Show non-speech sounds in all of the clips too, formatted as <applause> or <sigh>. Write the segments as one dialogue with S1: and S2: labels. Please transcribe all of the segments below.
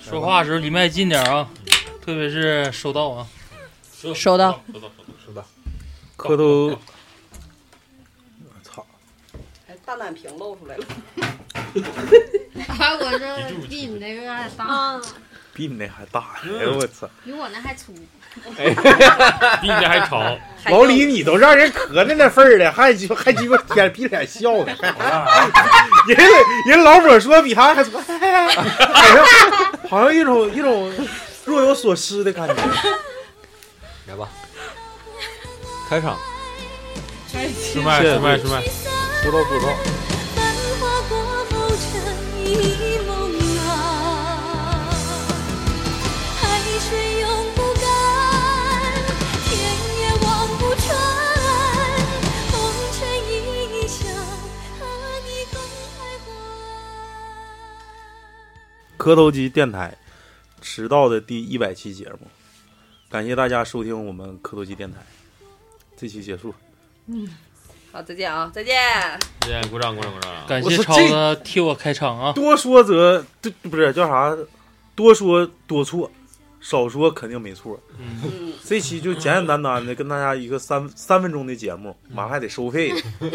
S1: 说话时候离麦近点啊，特别是收到啊。
S2: 收到，
S1: 收到，
S3: 是的，磕头，操，
S4: 哎，大奶瓶露出来了，
S5: <laughs> 啊，我说比你那个有点大，
S3: 嗯
S6: 啊，
S3: 比你那还大，哎呦我操！
S5: 比我那还粗。
S7: 哎 <laughs>
S1: 哎比你这还长。
S3: 老李，你都让人磕着那份儿了，还鸡巴还鸡巴 <laughs> 舔皮脸笑呢，还好 <laughs> 人人老抹说比他还粗，哎哎哎好像好像一种一种若有所思的感觉。
S8: 来吧，开场，
S1: 出麦，
S3: 谢谢
S1: 出麦，出麦。
S3: 知道知道，
S6: 繁华过后成一梦啊，海水永不干，天也望不穿，红尘一笑，和你共徘徊。
S3: 磕头机电台迟到的第一百期节目，感谢大家收听我们磕头机电台，这期结束。
S4: 好，再见啊，再见。
S8: 耶，鼓掌鼓掌鼓掌！
S9: 啊
S1: 感
S3: 我
S1: 谢
S3: 说
S1: 超
S3: 这
S1: 子替我开场啊！
S3: 多说则对，不是叫啥？多说多错，少说肯定没错。
S4: 嗯，
S3: 这期就简简单单的跟大家一个三三分钟的节目，马上还得收费的，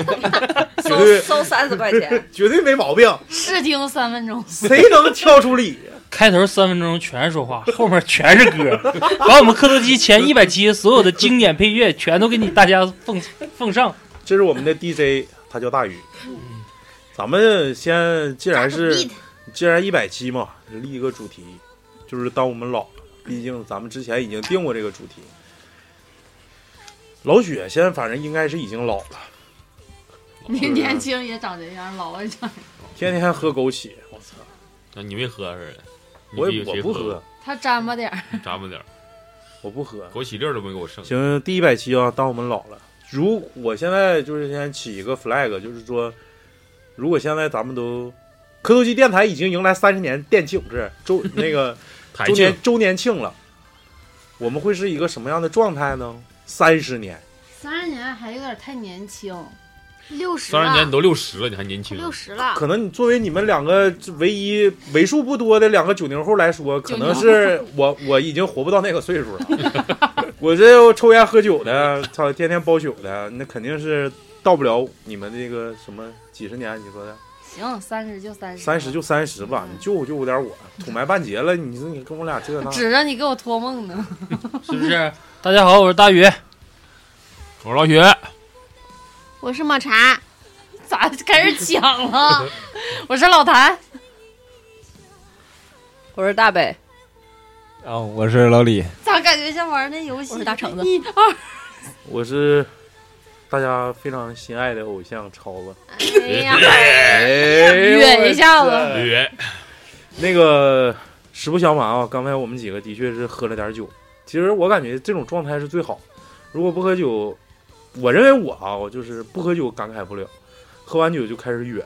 S4: <laughs>
S3: 绝
S4: 收
S3: 对
S4: 收三十块钱，
S3: <laughs> 绝对没毛病。
S2: 试听三分钟，
S3: <laughs> 谁能挑出理？
S1: 开头三分钟全是说话，后面全是歌， <laughs> 把我们磕头机前一百期所有的经典配乐全都给你大家奉奉上。
S3: 这是我们的 DJ，他叫大宇。咱们先，既然是
S5: beat
S3: 既然一百期嘛，立一个主题，就是当我们老了，毕竟咱们之前已经定过这个主题。老雪现在反正应该是已经老了，
S2: <laughs> 你年轻也长这样，老也长。
S3: 天天喝枸杞，我操，
S8: 那你没
S9: 啊
S8: 喝似的，你
S3: 我
S8: 比
S3: 也我
S8: 谁
S3: 不
S8: 喝
S3: 喝，，
S2: 他沾巴点儿，
S8: 咱们点儿
S3: 我不喝。
S8: 枸杞粒儿都没给我剩。
S3: 行，第一百期啊，当我们老了，如我现在就是先起一个 flag，就是说，如果现在咱们都磕头机电台已经迎来三十年店庆，不是
S8: <laughs>
S3: 周那个
S8: 台
S3: 周
S8: 庆
S3: 年周年庆了，我们会是一个什么样的状态呢？三十年，
S2: <laughs> 三十年还有点太年轻。
S5: 六十
S8: 三十年你
S5: 了，
S8: 都六十了，你还年轻？啊
S5: 六十了，
S3: 可能你作为你们两个唯一为数不多的两个九零后来说，可能
S2: 90
S3: 是我我已经活不到那个岁数了。 <laughs> 我这抽烟喝酒的，操，天天包宿的，那肯定是到不了你们这个什么几十年。你说的
S2: 行，三十就三十，
S3: 三十就三十吧，你救我救我点我，土埋半截了，你说你嗯跟我俩这那，
S2: 指着你给我托梦呢。
S1: 是不是？大家好，我是大宇。
S8: 我是老雪，
S5: 我是抹茶，
S2: 咋开始抢了？ <laughs> 我是老谭，
S4: 我是大北，
S8: 啊，我是老李，
S2: 咋感觉像玩那游戏？
S6: 我是大橙子
S2: <laughs> 一二，
S3: 我是大家非常心爱的偶像超子。
S5: 哎呀，哎
S2: 远一下子。
S8: 吕，
S3: 那个，实不相瞒啊，刚才我们几个的确是喝了点酒。其实我感觉这种状态是最好。如果不喝酒，我认为我啊，我就是不喝酒感慨不了，喝完酒就开始
S5: <laughs>
S3: 哕。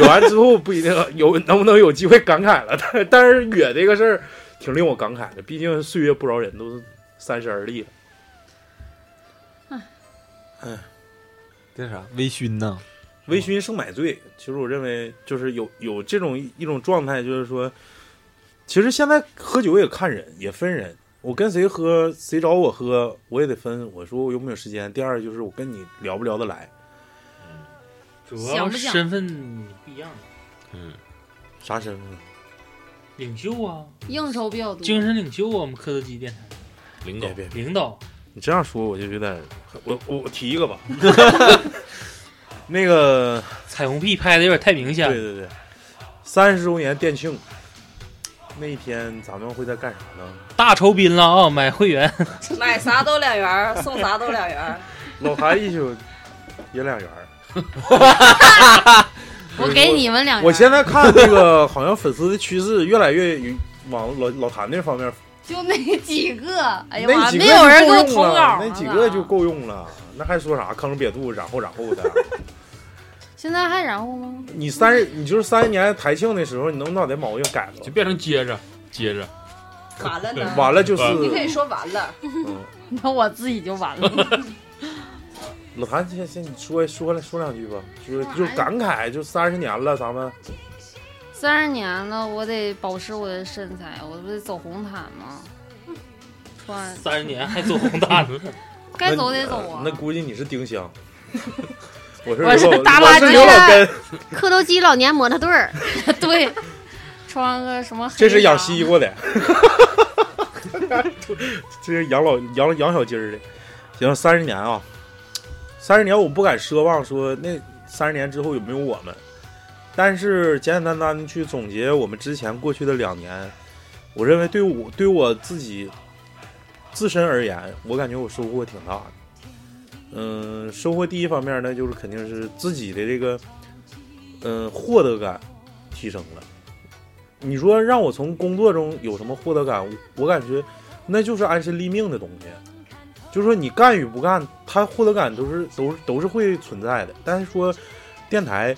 S3: 哕完之后不一定有能不能有机会感慨了，但但是哕这个事儿挺令我感慨的，毕竟岁月不饶人，都是三十而立了。
S8: 这啥微醺呢？
S3: 微醺胜买醉。其实我认为就是有有这种一种状态，就是说，其实现在喝酒也看人，也分人。我跟谁喝，谁找我喝，我也得分。我说我有没有时间。第二就是我跟你聊不聊得来，
S1: 主
S2: 想
S1: 要
S2: 不
S1: 是
S2: 想
S1: 身份不一样，
S8: 嗯，
S3: 啥身份？
S1: 领袖啊，
S2: 应酬比较多，
S1: 精神领袖啊，我们磕头机电台
S8: 领导
S3: 别，别别，
S1: 领导。
S3: 你这样说我就有点，我我我提一
S1: <laughs>
S3: 个吧。那个，
S1: 彩虹屁拍的有点太明显
S3: 对
S1: 了，
S3: 对对，三十周年店庆那一天，咱们会在干啥呢？
S1: 大酬宾了啊！买会员，
S4: 买啥都两元儿，送啥都两元儿。
S3: 老韩一宿也两元儿。
S2: <laughs> 我给你们两人。
S3: 我现在看这个，好像粉丝的趋势越来越往老老谭那方面，
S2: 就那几个，哎呀
S3: 那
S2: 妈，
S3: 几
S2: 没
S3: 个
S2: 有人给
S3: 就
S2: 我
S3: 够
S2: 投
S3: 用
S2: 稿
S3: 了，
S2: 了
S3: 那几个就。够用了，那还说啥坑瘪肚，然后然后的。
S2: 现在还然后吗？
S3: 你三十，你就是三十年台庆的时候，你能不能把这毛病改
S8: 就
S3: 了？
S8: 变成接着接着，
S4: 完了呢，
S3: 完了就是，
S4: 你可以说完了。
S3: 嗯，
S5: <laughs>
S2: 那我自己就完了。
S3: 老谭先先你说说来说两句吧，就是就感慨，就三十年了，咱们
S5: 三十年了，我得保持我的身材，我不得走红毯吗？穿
S1: 三十年还走红毯呢，
S5: <laughs> 该走得走啊
S3: 那。估计你是丁香， <laughs> 我是
S5: 我是
S3: 刘老
S5: 大啊
S3: 我
S5: 妈
S3: 是
S5: 级
S3: 刘老根，
S7: 磕头机老年模特
S3: <laughs>
S7: 队儿，
S5: 对，穿个什么黑？
S3: 这是养西。瓜的， <laughs> 这是养老养养小鸡儿的。行，三十年啊，三十年我不敢奢望说那三十年之后有没有我们，但是简简单单的去总结我们之前过去的两年，我认为对我对我自己自身而言，我感觉我收获挺大的。嗯，收获第一方面呢，就是肯定是自己的这个，嗯，获得感提升了。你说让我从工作中有什么获得感？我感觉那就是安身立命的东西，就是说你干与不干，它获得感都是都是都是会存在的。但是说电台，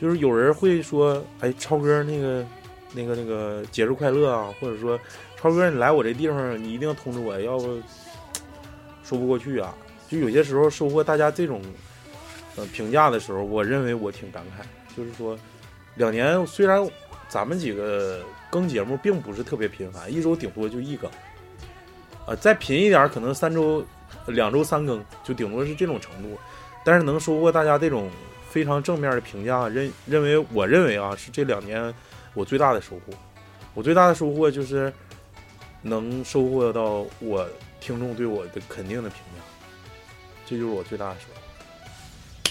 S3: 就是有人会说，哎，超哥那个那个那个节日快乐啊，或者说超哥你来我这地方，你一定要通知我，要不说不过去啊。就有些时候收获大家这种呃评价的时候，我认为我挺感慨，就是说两年虽然咱们几个更节目并不是特别频繁，一周顶多就一更，啊，再频一点儿可能三周、两周三更，就顶多是这种程度。但是能收获大家这种非常正面的评价，认认为我认为啊是这两年我最大的收获。我最大的收获就是能收获到我听众对我的肯定的评价，这就是我最大的收获。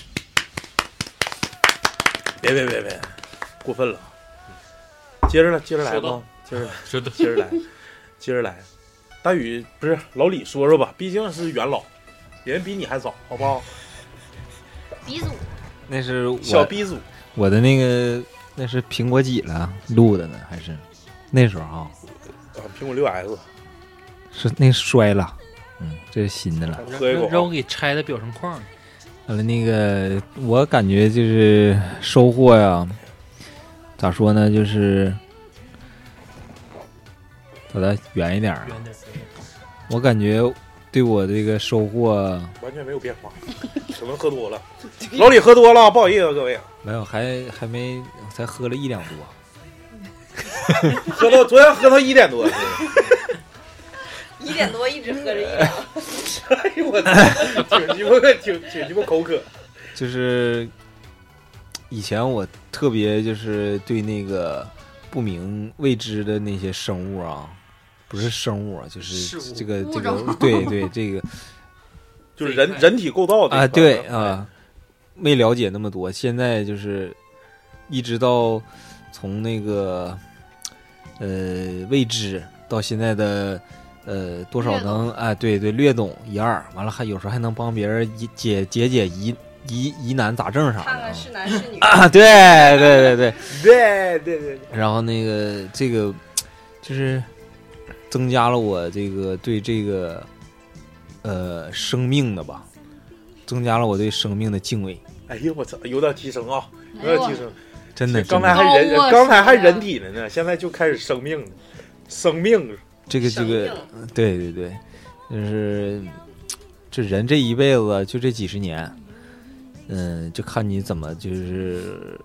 S3: 别别别别，过分了。接着来，接着
S1: <laughs>
S3: 来
S1: 说到
S3: 吧，接着来。
S8: 知道
S3: 接着来，接着来。大宇不是老李，说说吧，毕竟是元老，人比你还早，好不好？
S7: 鼻祖
S8: 那是我
S3: 小逼组，
S8: 我的那个那是苹果几了录的呢，还是那时候啊？
S3: 啊，苹果六 S，
S8: 是那摔了，嗯，这是新的了。
S3: 喝一口啊
S1: 让我给拆的表情框。
S8: 完了，那个我感觉就是收获呀，咋说呢？就是走的远一点儿，啊
S1: 远点儿
S8: 我感觉对我这个收获
S3: 完全没有变化，可能喝多了。老李喝多了，不好意思啊各位，
S8: 没有，还还没才喝了一两多。
S3: 喝到昨天喝到一点多了。
S4: 一点多一直喝着一点，
S3: <laughs> 哎呦我操，挺鸡巴挺挺鸡巴口渴。
S8: 就是以前我特别就是对那个不明未知的那些生物啊，不是生物啊，就
S1: 事
S8: 是
S1: 物
S8: 这个这
S5: 物
S8: 个
S5: 种
S8: 对对这个
S3: 就是人人体构造的
S8: 啊对，啊，没了解那么多。现在就是一直到从那个呃未知到现在的。呃，多少
S5: 略懂
S8: 能啊？对对，略懂一二，完了还有时候还能帮别人一解解解疑疑疑难杂症啥的啊。
S4: 看看是男是女。
S8: 啊，对对对对，
S3: 对对对对，
S8: 然后那个这个就是增加了我这个对这个呃生命的吧，增加了我对生命的敬畏，
S3: 哎呦我操，有点提升啊，
S5: 哎
S3: 有
S5: 呦
S3: 点
S5: 我
S3: 提升。
S8: 真的，
S3: 刚
S8: 真
S3: 才
S8: 的
S3: 还人
S5: 高，卧
S3: 刚才
S5: 室
S3: 还
S5: 的
S3: 人体了呢，现在就开始生命了，生命了。
S8: 这个这个，对对对，就是这人这一辈子就这几十年，嗯，就看你怎么就是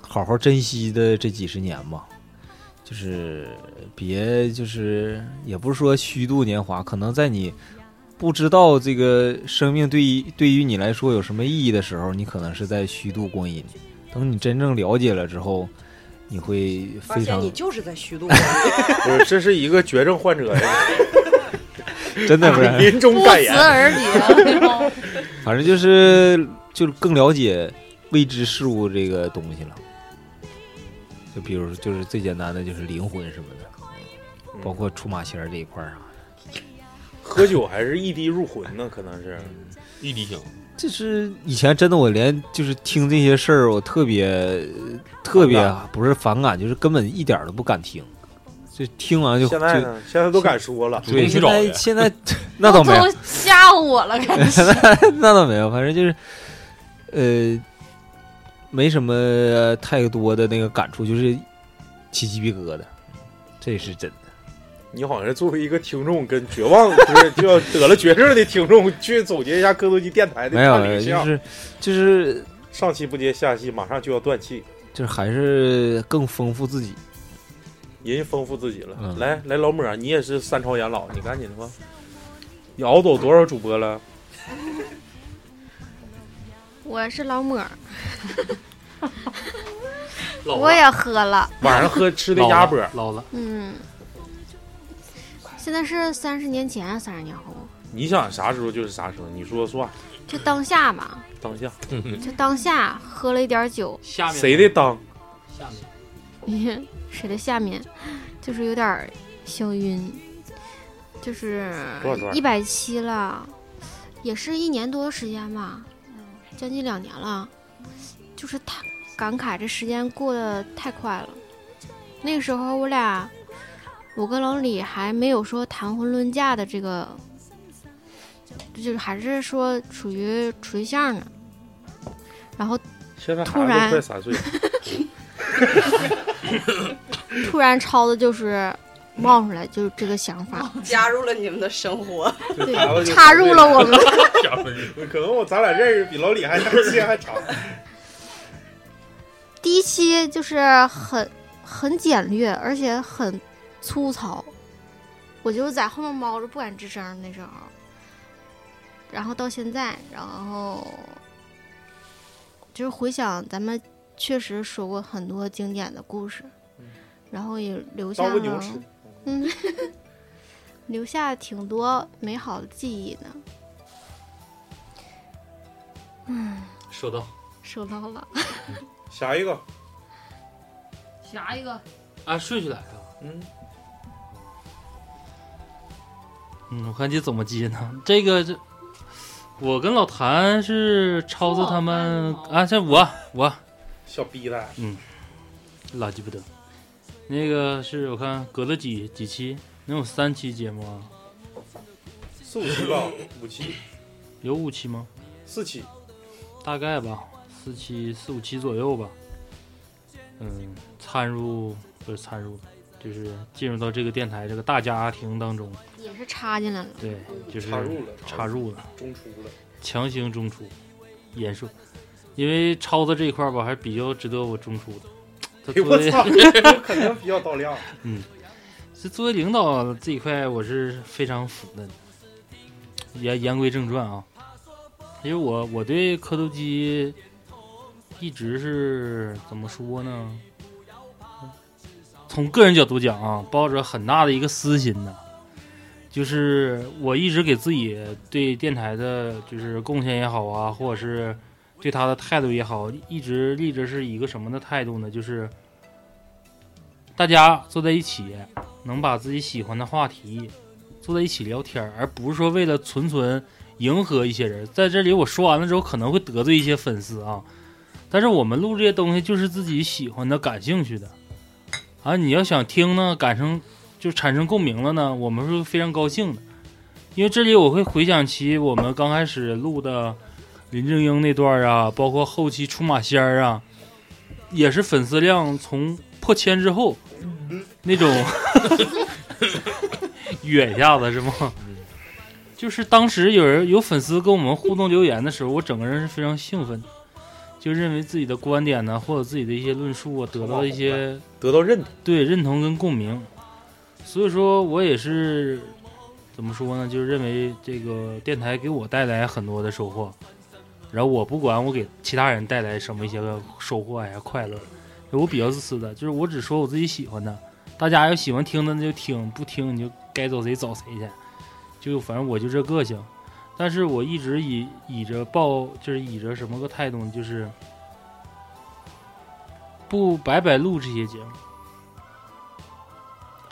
S8: 好好珍惜的这几十年吧。就是别就是也不是说虚度年华，可能在你不知道这个生命对于对于你来说有什么意义的时候，你可能是在虚度光阴。等你真正了解了之后，你会
S4: 发
S8: 非
S4: 现
S8: 常
S4: 你就是在虚度，
S3: 不是，这是一个绝症患者的
S8: 真的不是
S3: 临终
S5: 不
S3: 感
S5: 辞
S3: 言。
S5: 而别，
S8: 反正就是就是更了解未知事物这个东西了。就比如就是最简单的就是灵魂什么的，
S3: 嗯
S8: 包括出马仙儿这一块儿啊，
S3: 喝酒还是一滴入魂呢，可能是
S8: 一理想。就是以前真的我连就是听这些事儿，我特别特别
S3: 反
S8: 不是反感，就是根本一点儿都不敢听，就听完就
S3: 现在
S8: 就
S3: 呢，现在都敢说了。
S8: 对
S1: 主动
S8: 现在
S1: 去找的
S8: 现在 <laughs> 那倒没有
S5: 都，吓我
S8: <laughs>
S5: 了，感觉。
S8: 那倒没有，反正就是，呃，没什么太多的那个感触，就是起鸡皮疙瘩，这是真的。
S3: <laughs> 你好像是作为一个听众，跟绝望不是就要得了绝症的听众，去总结一下科多基电台的
S8: 没
S3: 大
S8: 有，
S3: 领
S8: 就
S3: 向。
S8: 是就是
S3: 上气不接下气，马上就要断气。
S8: 就是还是更丰富自己。
S3: 人家丰富自己了。
S8: 嗯
S3: 来来，老抹，你也是三朝元老，你赶紧的吧。 <laughs> 你熬走多少主播了？
S7: 我是老抹儿，
S1: <laughs> 老
S7: 我也喝了，
S3: 晚上喝吃的鸭脖，
S1: 老了，
S7: 嗯。现在是三十年前，三十年后，
S3: 你想啥时候就是啥时候，你说算，
S7: 就当下吧，
S3: 当下
S1: 嗯
S7: 就当下喝了一点酒，
S1: 下面
S3: 谁的当？
S1: 下面
S7: <laughs> 水的下面就是有点儿小晕，就是
S3: 多少多少
S7: 一百七了，也是一年多时间吧，将近两年了，就是太感慨这时间过得太快了。那个时候我俩，我跟老李还没有说谈婚论嫁的这个，就是还是说处于处对象呢。然后
S3: 现在
S7: 突
S3: 孩子
S7: 然
S3: 都快三岁了，
S7: <laughs> 突然超子就是冒出来，就是这个想法，
S4: 加入了你们的生活，
S7: 哦对
S3: 孩子就
S7: 插入了我们
S3: 可能我咱俩认识比老李还时间还长。
S7: 第一期就是很很简略，而且很粗糙，我就是在后面猫着不敢吱声那时候，然后到现在，然后就是回想咱们确实说过很多经典的故事，然后也留下
S3: 当个嗯牛
S7: 了
S3: 吃。
S7: 嗯， <laughs> 留下挺多美好的记忆呢。
S1: <laughs> 收到
S7: 收到了，
S3: 下一个，
S5: 下一个
S1: 按啊顺序来的。
S3: 嗯，
S1: 嗯，我看这怎么接呢？这个这，我跟老谭是超子他们
S5: 我
S1: 啊，这我我嗯
S3: 小逼蛋，
S1: 垃圾不得。那个是我看隔了几几期，能有三期节目啊？
S3: 四五期吧，五期、
S1: 有五期吗？
S3: 四期，
S1: 大概吧，四期四五期左右吧。嗯，参入不是参入，就是进入到这个电台这个大家庭当中，
S7: 也是插进来了。
S1: 对，就是
S3: 嗯插入了，
S1: 插入了。
S3: 中出了。
S1: 强行中出，严肃，因为超子这一块儿吧，还是比较值得我中出的。他
S3: 哎
S1: 作
S3: 我
S1: 为
S3: 操，我肯定比较到量。
S1: 这作为领导这一块，我是非常服的。言言归正传啊，因为我我对磕头机一直是怎么说呢？从个人角度讲啊，抱着很大的一个私心呢，就是我一直给自己对电台的，就是贡献也好啊，或者是对他的态度也好，一直立着是一个什么的态度呢？就是大家坐在一起，能把自己喜欢的话题坐在一起聊天儿，而不是说为了纯纯迎合一些人。在这里我说完了之后，可能会得罪一些粉丝啊，但是我们录这些东西就是自己喜欢的、感兴趣的啊。你要想听呢，感生就产生共鸣了呢，我们是非常高兴的。因为这里我会回想起我们刚开始录的林正英那段儿啊，包括后期出马仙儿啊，也是粉丝量从破千之后那种远一下子是吗？就是当时有人有粉丝跟我们互动留言的时候，我整个人是非常兴奋的，就认为自己的观点呢，或者自己的一些论述啊，得到一些
S3: 得到认同，
S1: 对认同跟共鸣。所以说我也是怎么说呢？就是认为这个电台给我带来很多的收获，然后我不管我给其他人带来什么一些个收获呀、快乐，我比较自私的，就是我只说我自己喜欢的，大家要喜欢听的那就听，不听你就该找谁找谁去，就反正我就这个性。但是我一直以以着抱就是以着什么个态度呢，就是不白白录这些节目。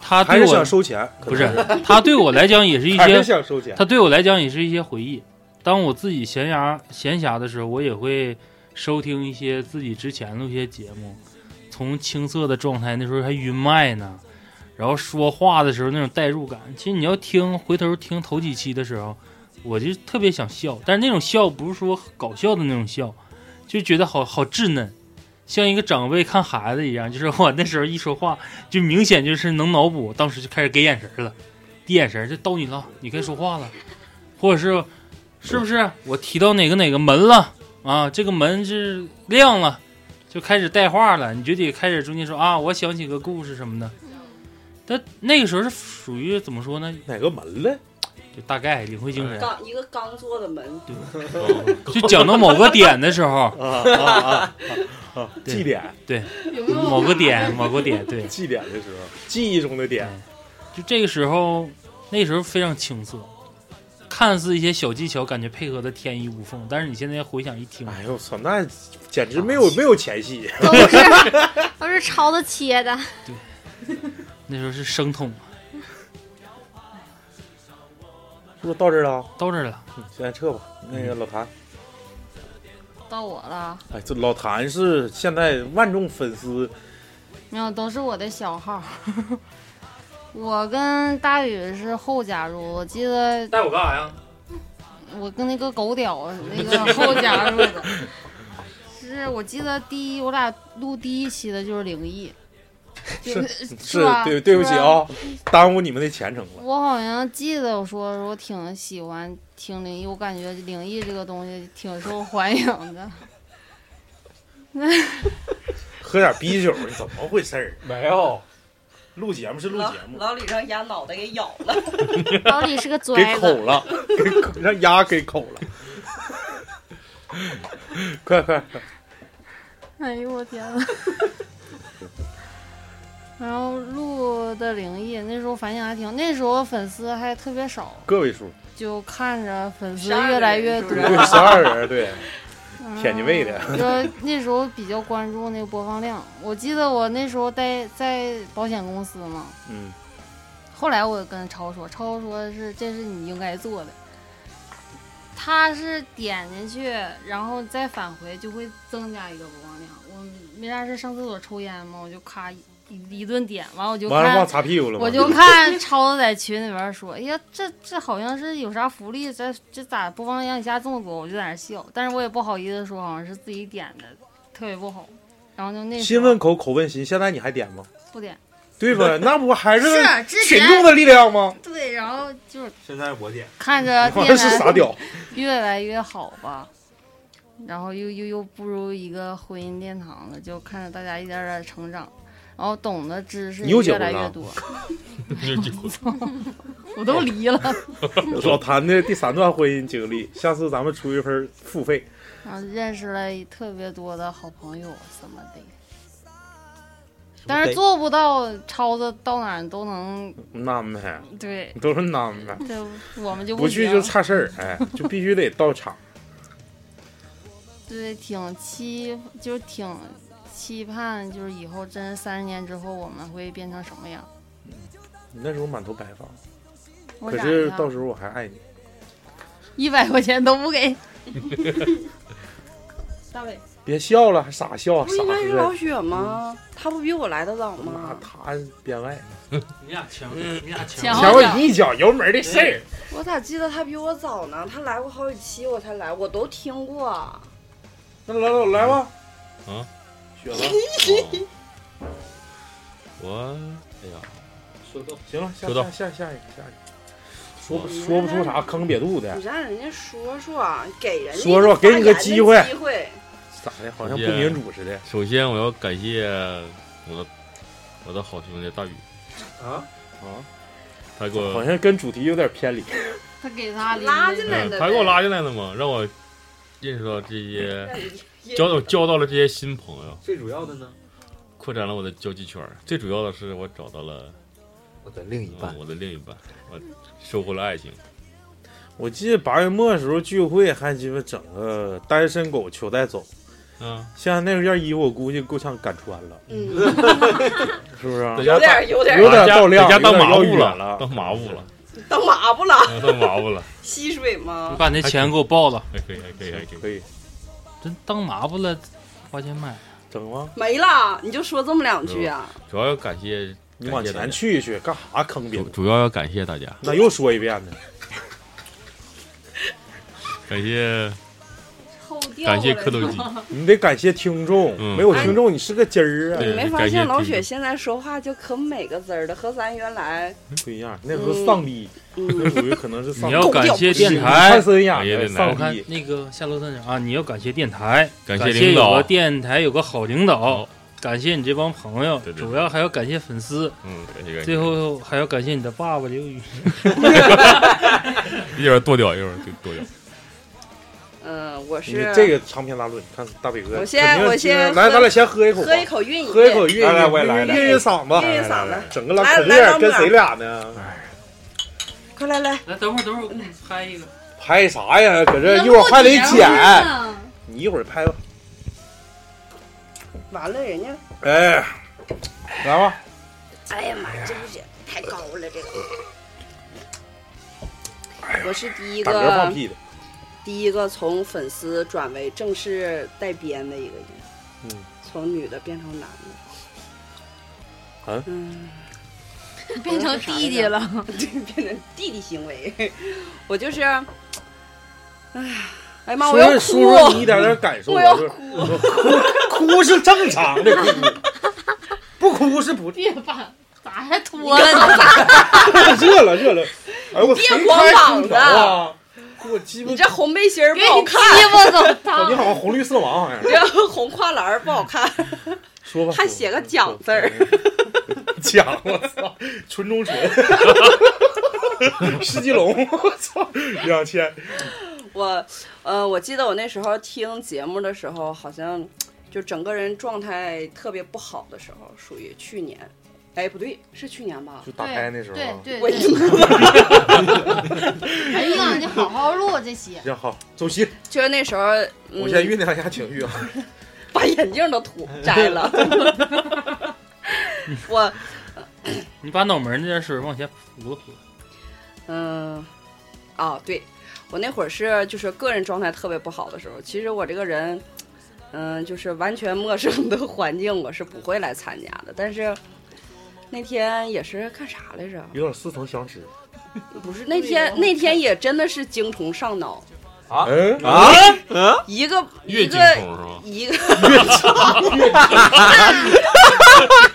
S1: 他
S3: 还
S1: 对
S3: 是
S1: 我
S3: 想收钱？可能
S1: 不是，他对我来讲也是一
S3: <laughs> 还
S1: 些
S3: 是，想收钱？
S1: 他对我来讲也是一些回忆。当我自己闲暇闲暇的时候，我也会收听一些自己之前的一些节目，从青涩的状态，那时候还晕麦呢，然后说话的时候那种代入感。其实你要听回头听头几期的时候，我就特别想笑，但是那种笑不是说搞笑的那种笑，就觉得好好稚嫩，像一个长辈看孩子一样。就是 <laughs> 我那时候一说话，就明显就是能脑补，当时就开始给眼神了，递眼神就逗你了，你该说话了，或者是是不是我提到哪个哪个门了啊？这个门是亮了，就开始带话了，你就得开始中间说啊，我想起个故事什么的。但那个时候是属于怎么说呢？
S3: 哪个门哎了？
S1: 就大概领会精神，
S4: <laughs> 刚一个刚做的门，
S3: 哦
S1: 就讲到某个点的时候，
S3: <laughs> 啊啊啊啊！
S1: 对
S3: 祭奠，
S2: 有没有
S1: 某个点，某个点，
S3: <laughs>
S1: 对，嗯
S3: 祭奠的时候，记忆中的点，
S1: 就这个时候，那时候非常青涩，看似一些小技巧，感觉配合的天衣无缝，但是你现在回想一听，啊
S3: 哎呦我操，那简直没有没有前戏。<laughs>
S7: 都是 <laughs> 都是抄的切的。
S1: 那时候是生痛，啊
S3: 是不是到这儿了啊？
S1: 到这儿了，
S3: 嗯现在撤吧。那个老谭，
S5: 到我了，
S3: 哎，这老谭是现在万众粉丝，
S5: 没有，都是我的小号。 <laughs> 我跟大宇是后加入，我记得
S1: 带我干啥呀？
S5: 我跟那个狗屌那个后加入的，是我记得第一我俩录第一期的就是灵异，就是吧？
S3: 对对不起
S5: 是吧
S3: 啊，耽误你们的前程了。
S5: 我好像记得我说我挺喜欢听灵异，我感觉灵异这个东西挺受欢迎的。
S3: 喝点啤酒，怎么回事儿？
S1: <laughs> 没有，
S3: 录节目是录
S4: <laughs> 老
S3: 节目，
S4: 老李让丫脑袋给咬
S5: <laughs>
S4: 了，
S7: 老李是个
S3: 给
S7: 拽
S3: 口
S7: 子，
S3: 了，给口 <laughs> 让鸭给口了。快快快！
S5: <laughs> 哎呦我天 <laughs> 呐！然后录的灵异，那时候反响还挺，那时候粉丝还特别少，
S3: 个位数，
S5: 就看着粉丝
S4: 12
S5: 越来越多
S4: 人是不
S3: 对，
S4: 是。
S3: <laughs> 十二人，对， <laughs>
S5: 嗯
S3: 天津卫
S5: <laughs>
S3: 的，
S5: 就那时候比较关注那个播放量。我记得我那时候在在保险公司嘛，
S3: 嗯，
S5: 后来我跟超说，超说是这是你应该做的。他是点进去，然后再返回，就会增加一个播放量。我没啥事上厕所抽烟嘛，我就咔一一顿点，完我就
S3: 完了忘
S5: 看，
S3: 擦屁股了吗，
S5: 我就看超子在群里边说，哎呀，这这好像是有啥福利，这这咋播放量一下这么多？我就在那笑，但是我也不好意思说，好像是自己点的，特别不好。然后就那时候
S3: 新问口，口问心，现在你还点吗？
S5: 不点
S3: 对
S5: <laughs>
S3: 吧？那不还是
S5: 是啊之
S3: 群众的力量吗？
S5: 对，然后就是
S10: 现在我点
S5: 看着
S3: 我
S5: 电
S3: 是
S5: 台
S1: <laughs>
S3: 傻屌，
S5: 越来越好吧，然后又又又步入一个婚姻殿堂了，就看着大家一点点成长，然后懂的知识
S3: 你又结
S5: 越
S3: 婚
S5: 来越
S3: 了
S5: 多。
S10: 就
S5: <laughs> 我都离了，
S3: 老谭的第三段婚姻经历，下次咱们出一份付费。
S5: 然后认识了特别多的好朋友什么的，但是做不到超子到哪儿都能
S3: 安排
S5: 对，
S3: 都是安排，
S5: 这我们就
S3: 不去
S5: 行
S3: 就差事儿，哎，就必须得到场。
S5: 对，挺期就是挺期盼，就是以后真三十年之后我们会变成什么样。
S3: 你那时候满头白发，
S5: 我
S3: 可
S5: 染
S3: 是
S5: 上
S3: 到时候我还爱你。 <laughs>
S5: 一百块钱都不
S4: <laughs>
S5: 给。
S4: 大伟，
S3: 别笑了，还傻笑，
S4: 不
S3: 傻
S4: 应该是老
S3: 哦子。
S4: 雪吗？他不比我来的早
S3: 那
S4: 吗？
S3: 他编外，
S1: 你俩强，
S3: 嗯
S1: 你俩
S5: 然
S1: 强
S5: 后
S3: 前我一脚油门的事儿。
S4: 我咋记得他比我早呢？他来过好几期，我才来，我都
S3: <laughs>
S4: 听过。
S3: 那来吧，来吧，
S9: 啊
S10: 雪了。我哎呀，
S3: 行了，下
S10: 收到
S3: 下下下一个，下一个，
S10: 我
S3: 说不说不出啥坑瘪肚的
S4: 你，让人家说说，给人家
S3: 说说
S4: 一发言
S3: 给你个
S4: 的
S3: 机
S4: 机
S3: 会
S4: 会。
S3: 咋的？哎好像不民主似的。
S10: 首先我要感谢我的我的好兄弟大宇，
S3: 啊啊，
S10: 他给我
S3: 好像跟主题有点偏离。
S5: 他给他拎
S4: 拉
S5: 的
S4: 进来
S10: 嗯
S4: 的呗，
S10: 他给我拉进来的嘛，让我认识到这些，交到交到了这些新朋友，最主要的呢，
S9: 扩展了我的交际圈儿。最主要的是，我找到了、
S8: 我的另一
S9: 嗯
S8: 半，
S9: 我的另一半，我收获了爱情。
S3: 我记得八月末的时候聚会，还鸡巴整个单身狗求带走，
S9: 嗯，
S3: 像那件衣服，我估计够呛敢穿了，
S4: 嗯，
S3: <laughs> 是不是啊？
S4: 有点有点
S3: 有点到
S9: 人
S3: 量，
S9: 家当麻
S3: 有
S9: 布
S3: 点绕远
S9: 当麻布了，
S4: 当麻不了，
S9: 嗯当麻布了，
S4: <laughs> 吸水
S1: 你
S4: 吗？
S1: 把你那钱给我报了，
S9: 还可以，还可以，还可以。
S3: 可以
S1: 真当麻不了，花钱买。
S3: 整吗？
S4: 没了，你就说这么两句啊？
S9: 主要要感谢，
S3: 你往前
S9: 感谢
S3: 去一去，干啥坑
S9: 大家
S3: 别
S9: 主？主要要感谢大家，
S3: 那又说一遍呢？
S9: 感谢
S5: 后
S10: 感谢蝌蚪机，
S3: <laughs> 你得感谢听众，
S10: 嗯
S3: 没有听众你是个鸡儿啊！
S4: 你哎没发现老雪现在说话就可每个字儿的，和咱原来
S3: 不一样，那时
S4: 嗯
S3: 候丧逼，那属于可能是丧。
S1: 你要感谢电台，哎
S3: 看森呀，
S1: 我
S3: 丧
S1: 看
S3: 逼。
S1: 那个夏洛特长啊，你要感谢电台，
S10: 感
S1: 感
S10: 谢领导
S1: 有个电台有个好领
S3: 嗯
S1: 导，感谢你这帮朋友，主要还要感谢粉丝，
S10: 嗯，感谢感谢。
S1: 最后还要感谢你的爸爸刘宇。
S10: 一会儿剁掉，一会儿就
S3: <laughs>
S10: 剁掉。
S4: 嗯，我
S3: 你
S4: 是
S3: 这个长篇大论，看大北哥，
S4: 我先
S3: 肯定啊
S4: 我先
S3: 来，咱俩先喝一口吧，
S4: 喝一口韵一
S3: 喝一口韵
S8: 来来我也来
S3: 韵
S8: 来
S3: 韵嗓子，
S4: 韵韵嗓子
S3: 整个蓝
S4: 来
S3: 可
S4: 来
S3: 乐
S4: 张
S3: 跟
S4: 哥
S3: 谁俩呢？
S4: <laughs> 快来来，
S1: 来，等会儿，等会儿，我给你拍一个。
S3: 拍啥呀？搁这一会儿还得剪，
S4: 啊
S3: 你一会儿拍吧。
S4: 完了人家，
S3: 哎，来吧，
S4: 哎呀妈呀，真是太高了这个。
S3: 哎
S4: 我是第一
S3: 大哥放
S4: 个
S3: 屁的，
S4: 第一个从粉丝转为正式带编的一个人，
S3: 嗯，
S4: 从女的变成男的。
S3: 啊
S4: 嗯，
S5: <laughs> <laughs> 变成弟弟了，
S4: 对， <laughs> 变成弟弟行为。我就是，哎，哎呀妈，我要
S3: 说
S4: 哭
S3: 说说你一点点感受，啊
S4: 我要啊
S3: 就是 <laughs> 哭哭是正常的哭，不哭是不
S5: 别把咋还脱
S4: 你干
S5: 了呢？
S3: <laughs> 热了热了，哎我
S4: 别
S3: 谁
S4: 光
S3: 开
S4: 膀
S3: 空
S4: 子
S3: 调啊？给我鸡巴
S4: 你，这红背心儿不
S5: 给
S4: 好
S5: 你欺
S4: 看，
S3: <laughs>
S5: 负走
S3: 哦你
S5: 他。
S3: 好像红绿色盲好像
S4: <laughs> 你。这红跨栏儿不好看，
S3: 说吧，
S4: 还写个奖字儿。
S3: 讲，我操，纯中纯， <laughs> 世纪龙，我操，两千，
S4: <laughs> 我呃，我记得我那时候听节目的时候，好像就整个人状态特别不好的时候，属于去年。哎，不对，是去年吧？
S3: 就打开那时候
S5: 对
S3: 啊，
S5: 对
S4: 我
S5: 对对， <laughs> 哎呀，你好好录这些，
S3: 行好，走心，
S4: 就是那时候，嗯、
S3: 我先酝酿一下情绪啊，
S4: 把眼镜都
S3: <laughs>
S4: 吐摘了。 <laughs> 我
S1: 你把脑门那点水往前扑了扑了。
S4: 嗯，哦，对，我那会儿是就是个人状态特别不好的时候。其实我这个人，嗯，就是完全陌生的环境，我是不会来参加的。但是那天也是看啥来着？
S3: 有点似曾相识
S4: 不是那天那天也真的是精虫上脑，
S3: 啊，嗯
S8: 啊，
S4: 一个一
S10: 月经
S4: 个
S10: 虫是吧？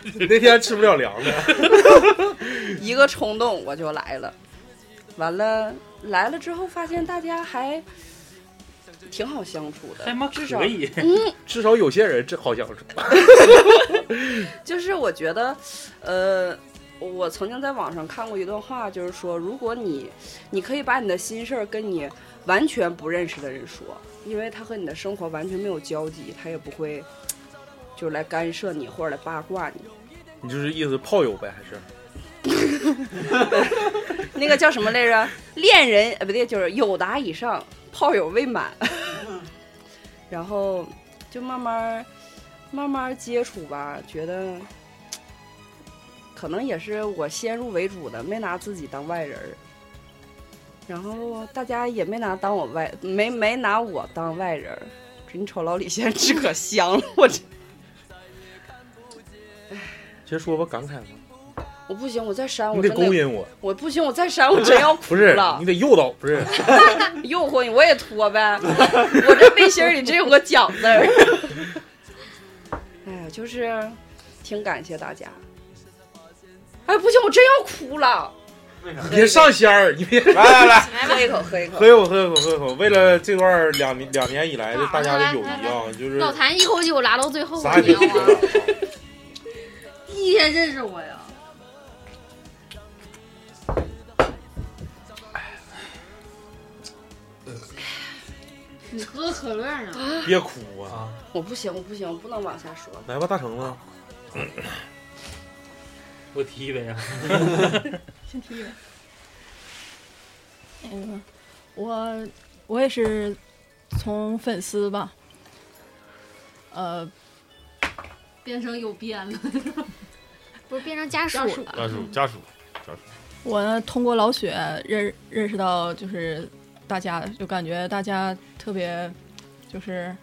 S4: 一个，
S3: 那天吃不了凉的，
S4: <laughs>
S3: <laughs>
S4: 一个冲动我就来了，完了来了之后发现大家还挺好相处的，
S1: 他妈
S4: 至少嗯
S1: 可以，
S5: 嗯
S3: 至少有些人这好相处，
S4: 就是我觉得，呃，我曾经在网上看过一段话，就是说，如果你你可以把你的心事儿跟你完全不认识的人说，因为他和你的生活完全没有交集，他也不会就来干涉你或者来八卦你。
S3: 你就是意思炮友呗，还是
S4: 那个叫什么来着？恋人呃，不对，就是友达以上，炮友未满。嗯 <laughs> 然后就慢慢慢慢接触吧，觉得可能也是我先入为主的，没拿自己当外人儿。然后大家也没拿当我外，没没拿我当外人儿。你瞅老李现在 <laughs> 吃可香了，我这
S3: 先说吧，感慨吧，
S4: 我不行，我再删，
S3: 你
S4: 啊我
S3: 得
S4: 真
S3: 勾
S4: 的
S3: 引我，
S4: 我不行，我再删，我真要哭
S3: <laughs> 不是
S4: 了
S3: 你。得诱导，
S4: <laughs>
S3: 不是
S4: 诱惑你，我也脱呗。我这背心儿里真有个奖字儿。哎呀，就是挺感谢大家。哎，不行，我真要哭了。
S3: 你别上仙儿，你别 <laughs> 来来来。
S4: 喝一口，喝一口
S3: 哎喝。一口，喝一口，喝一口。为了这段两年两年以来的大家的友谊啊，就是
S5: 老谭一口酒拉到最后，
S3: 啥也
S5: 你
S3: 别
S5: 知道
S3: 说
S5: 吗？
S3: 了。
S5: 第一天认识我呀，你喝可乐呢？
S3: 别哭啊！
S4: 我不行，我不行，我不能往下说。
S3: 来吧，大橙子，嗯 <clears throat>
S1: 我踢 <laughs> 呗。
S11: 先踢呗。那个， <laughs> 我我也是从粉丝吧，呃，
S5: <laughs> 变成有变了， <laughs>
S7: 不是变成家属
S5: 家属
S7: 了？
S10: 家属家属，
S11: 我呢通过老雪认认识到，就是大家，就感觉大家特别就是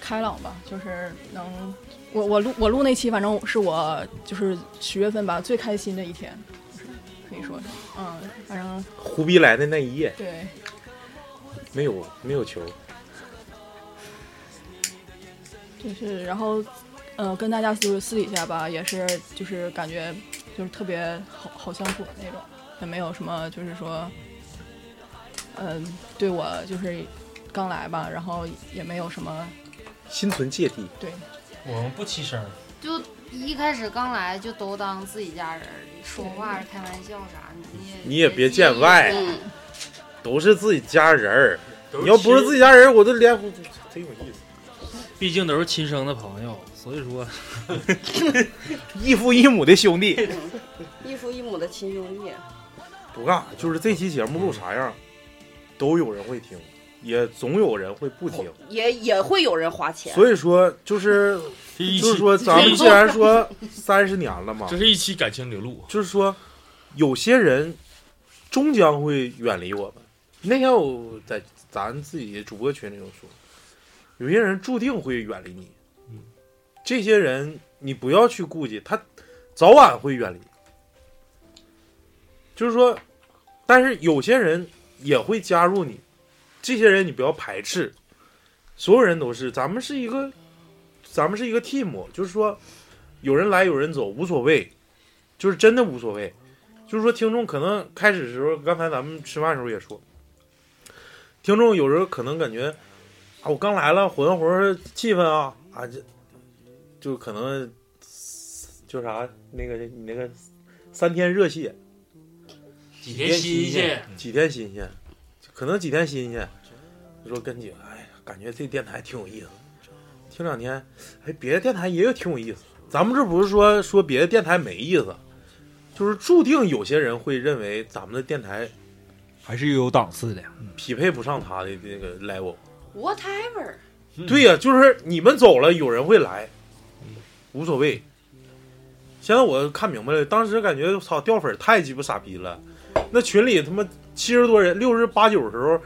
S11: 开朗吧，就是能我我录我录那期，反正是我就是十月份吧最开心的一天，可以说是，嗯，反正
S3: 胡逼来的那一夜
S11: 对，
S3: 没有没有球，
S11: 就是然后，呃，跟大家就是私底下吧，也是就是感觉就是特别好好相处的那种，也没有什么就是说，嗯、对我就是刚来吧，然后也没有什么
S3: 心存芥蒂。
S11: 对，
S1: 我们不欺声，
S5: 就一开始刚来就都当自己家人儿，说话开玩笑啥，你也嗯
S3: 你也别见外，
S4: 嗯
S3: 都是自己家人儿。
S1: 是
S3: 你要不是自己家人儿，我都连乎真有意思。
S1: 毕竟都是亲生的朋友，所以
S3: <laughs>
S1: 说
S8: 异父异母的兄弟
S4: 嗯异父异母的亲兄弟，
S3: 不干，就是这期节目录啥样，都有人会听，也总有人会不听。
S4: 也也会有人花钱。
S3: 所以说，就是就是说，咱
S10: <laughs>
S3: 们既然说三十年了嘛，
S10: 这是一期感情流露。
S3: 就是说，有些人终将会远离我们。那天我在咱自己主播群里有说，有些人注定会远离你。
S10: 嗯
S3: 这些人你不要去顾忌，他早晚会远离。就是说，但是有些人也会加入你，这些人你不要排斥。所有人都是，咱们是一个，咱们是一个 team，就是说，有人来有人走无所谓，就是真的无所谓。就是说，听众可能开始的时候，刚才咱们吃饭的时候也说，听众有时候可能感觉啊，我刚来了，混混气氛啊啊，这就可能就啥那个你那个三天热血，
S1: 几
S3: 几
S1: 天新鲜
S3: 鲜，，几天新鲜，可能几天新鲜。就说跟姐，哎呀，感觉这电台挺有意思，听两天，哎，别的电台也有挺有意思。咱们这不是说说别的电台没意思，就是注定有些人会认为咱们的电台
S8: 还是有档次的，
S3: 匹配不上他的那个 level。
S4: Whatever，
S1: 嗯
S3: 对呀、就是你们走了，有人会来，无所谓。现在我看明白了，当时感觉我操掉粉儿太鸡巴傻逼了。那群里他妈七十多人，六十八九的时候，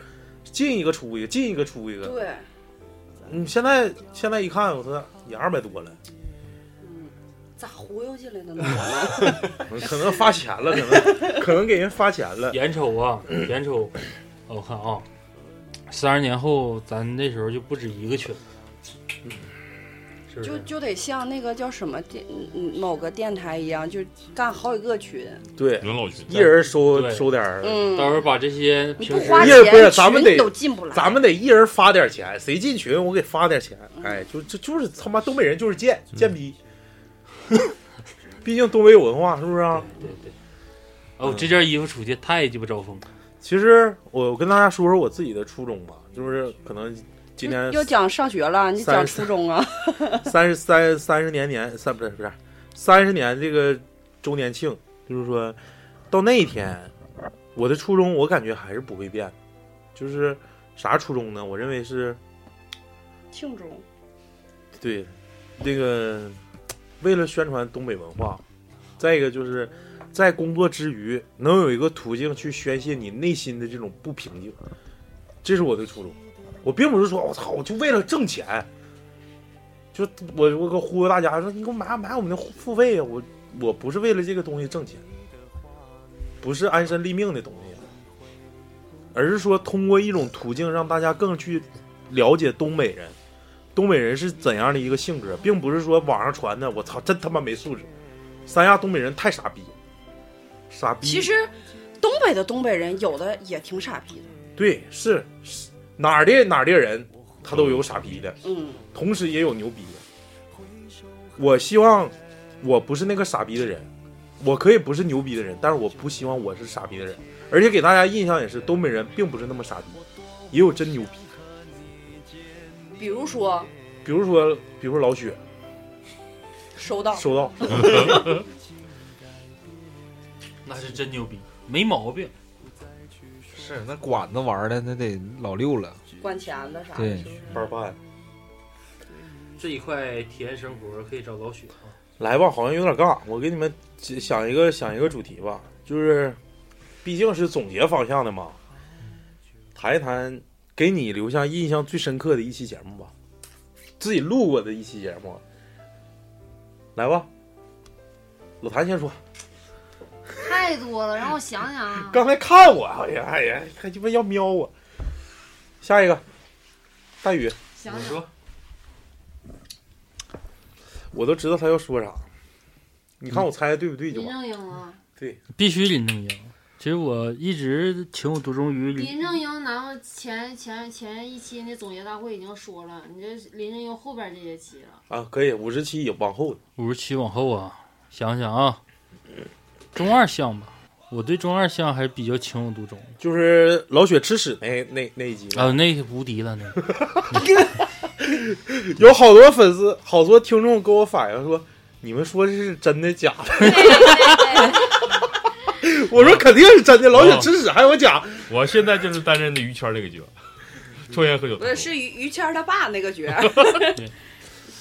S3: 进一个出一个，进一个出一个。
S4: 对，
S3: 你现在现在一看，我操，也二百多了，
S4: 咋忽悠进来的呢？
S3: <laughs> 可能发钱了，可能可能给人发钱了。
S1: 眼瞅啊，眼瞅，我看啊，三十年后咱那时候就不止一个群，
S3: 嗯
S1: 是不？
S4: 就是就得像那个叫什么电嗯某个电台一样，就干好几个群。
S3: 对，
S10: 元老群
S3: 一人收
S1: 对
S3: 收点儿，
S4: 嗯
S1: 到时候把这些
S4: 你
S1: 平
S4: 不
S1: 时
S4: 花
S3: 一
S4: 钱
S3: 人不是，咱们得
S4: 群都进不来。
S3: 咱们得一人发点钱，谁进群我给发点钱。
S4: 嗯
S3: 哎，就就就是他妈东北人就是贱贱逼， <laughs> 毕竟东北有文化，是不是啊？
S1: 对对。哦，这件衣服出去太鸡巴招风了，
S3: 其实我跟大家说说我自己的初衷吧，就是可能今年
S4: 又讲上学了，你讲
S3: 呃三
S4: 初中啊？
S3: 三十三三十年年三不是不是三十年这个周年庆，就是说到那一天，我的初衷我感觉还是不会变，就是啥初衷呢？我认为是
S4: 庆中，
S3: 对那个为了宣传东北文化，再一个就是在工作之余能有一个途径去宣泄你内心的这种不平静，这是我的初衷。我并不是说我操，我就为了挣钱，就我我给忽悠大家说你给我买买我们的付费啊，我我不是为了这个东西挣钱，不是安身立命的东西，啊而是说通过一种途径让大家更去了解东北人，东北人是怎样的一个性格，并不是说网上传的我操真他妈没素质，三亚东北人太傻逼，傻逼。
S4: 其实东北的东北人有的也挺傻逼的。
S3: 对，是是哪儿的哪儿的人，他都有傻逼的，
S4: 嗯，
S3: 同时也有牛逼的。我希望我不是那个傻逼的人，我可以不是牛逼的人，但是我不希望我是傻逼的人。而且给大家印象也是，东北人并不是那么傻逼，也有真牛逼。
S4: 比如说
S3: 比如说，比如说老雪，
S4: 收到，
S3: 收
S4: <laughs>
S3: 到，
S1: 那是真牛逼，没毛病。
S8: 是那管子玩的那得老六了，
S4: 管钱的啥的
S8: 对，
S3: 班办
S1: 这一块体验生活可以找老许啊，
S3: 来吧，好像有点尬。我给你们想一个想一个主题吧，就是毕竟是总结方向的嘛，谈一谈给你留下印象最深刻的一期节目吧，自己录过的一期节目。来吧，老谭先说。
S5: 太多了，让我想
S3: <laughs>
S5: 想啊。
S3: 刚才看我，哎呀哎呀，还鸡巴要瞄我。下一个，大宇，
S5: 想
S1: 你
S5: 想
S1: 说，
S3: 我都知道他要说啥。你看我猜的对不对就
S5: 林
S3: 完。
S5: 正英啊，
S3: 对，
S1: 必须林正英。啊其实我一直情有独钟于
S5: 林
S1: 林，
S5: 正英，咱们前前前一期那总结大会已经说了，你这林正英后边这些期了，
S3: 啊，可以，五十七往后，
S1: 五十七往后啊，想想啊，中二项吧，我对中二项还是比较情有独钟。
S3: 就是老雪吃屎那那那一集
S1: 啊，那个无敌了，那个
S3: <laughs> 有好多粉丝、好多听众跟我反映说，你们说这是真的假
S5: <laughs>
S3: 的？我说肯定是真的，老雪吃屎还有假。
S9: 哦我现在就是担任的于谦那个角，抽烟喝酒
S4: 不。是是于于谦儿他爸那个角儿，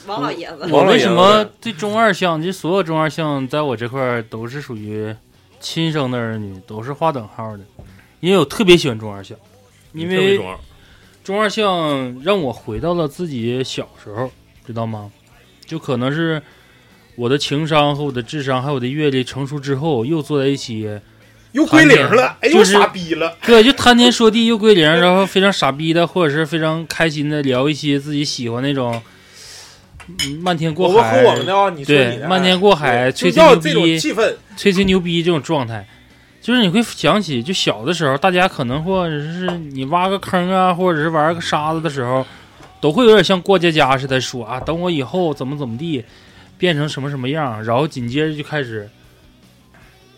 S4: 王老爷
S1: <laughs>
S4: 子。
S1: 我为什么对中二项，这所有中二项在我这块儿都是属于亲生的儿女，都是划等号的，因为我特别喜欢中二项，因
S9: 你特别
S1: 为
S9: 中二
S1: 中二项让我回到了自己小时候，知道吗？就可能是我的情商和我的智商还有我的阅历成熟之后，又坐在一起，
S3: 又归零了哎又
S1: 就是
S3: 傻逼了
S1: 对，就谈天说地又归零，然后非常傻逼的，或者是非常开心的聊一些自己喜欢那种。嗯漫天过
S3: 我
S1: 海，
S3: 和我们的啊你说
S1: 对
S3: 你的
S1: 漫天过海，吹
S3: 对就
S1: 吹
S3: 要
S1: 牛
S3: 这种
S1: 逼，
S3: 气氛
S1: 吹吹牛逼这种状态，就是你会想起，就小的时候，大家可能或者是你挖个坑啊，或者是玩个沙子的时候，都会有点像过家家似的说啊，等我以后怎么怎么地，变成什么什么样，然后紧接着就开始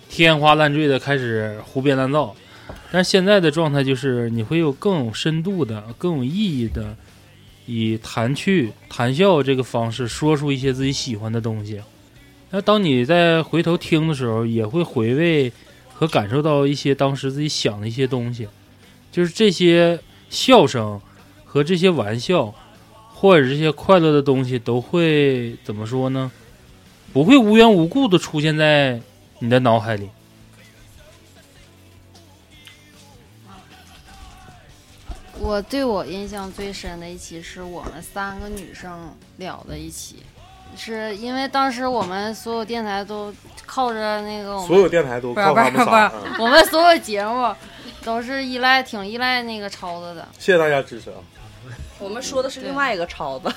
S1: 天花乱坠的开始胡编乱造。但是现在的状态就是，你会有更有深度的、更有意义的，以谈趣、谈笑这个方式说出一些自己喜欢的东西。那当你在回头听的时候，也会回味和感受到一些当时自己想的一些东西，就是这些笑声和这些玩笑，或者这些快乐的东西，都会怎么说呢？不会无缘无故的出现在你的脑海里。
S5: 我对我印象最深的一期是我们三个女生聊的一期，是因为当时我们所有电台都靠着那个我们
S3: 所有电台都
S5: 不是
S3: 靠
S5: 不
S3: 他
S5: 是
S3: 们
S5: 不是
S3: 仨。嗯，
S5: 我们所有节目都是依赖挺依赖那个超子的，
S3: 谢谢大家支持啊，
S4: 我们说的是另外一个超
S3: <laughs>
S4: 子，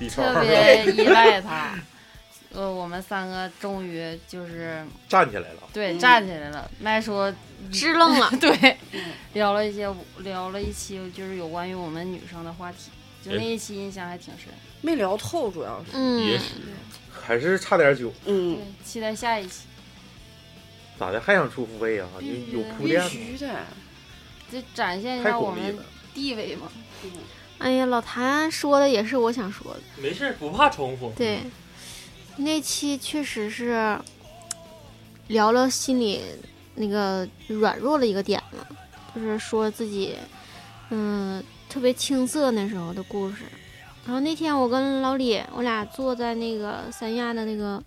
S3: 李超
S5: 特
S7: <laughs>
S5: 别依赖他。 <laughs> 呃，我们三个终于就是
S3: 站起来了。
S5: 对，站起来了。麦说
S7: 嗯 <laughs> 支棱了
S5: <laughs> 对，聊了一些，聊了一期就是有关于我们女生的话题，就
S3: 哎
S5: 那一期印象还挺深。
S4: 没聊透，主要是。
S5: 嗯，
S3: 还是差点酒，
S4: 嗯，
S5: 期待下一期。
S3: 咋的还想出付费啊？
S5: 嗯
S3: 你有铺垫吗？
S4: 须的，
S5: 就展现一
S3: 太
S5: 下我
S3: 功利
S5: 们
S3: 了
S5: 地位嘛。
S4: 嗯
S7: 哎呀，老谭说的也是我想说的。
S1: 没事，不怕重复。
S7: 对，那期确实是聊了心里那个软弱的一个点了，就是说自己嗯特别青涩那时候的故事。然后那天我跟老李，我俩坐在那个三亚的那个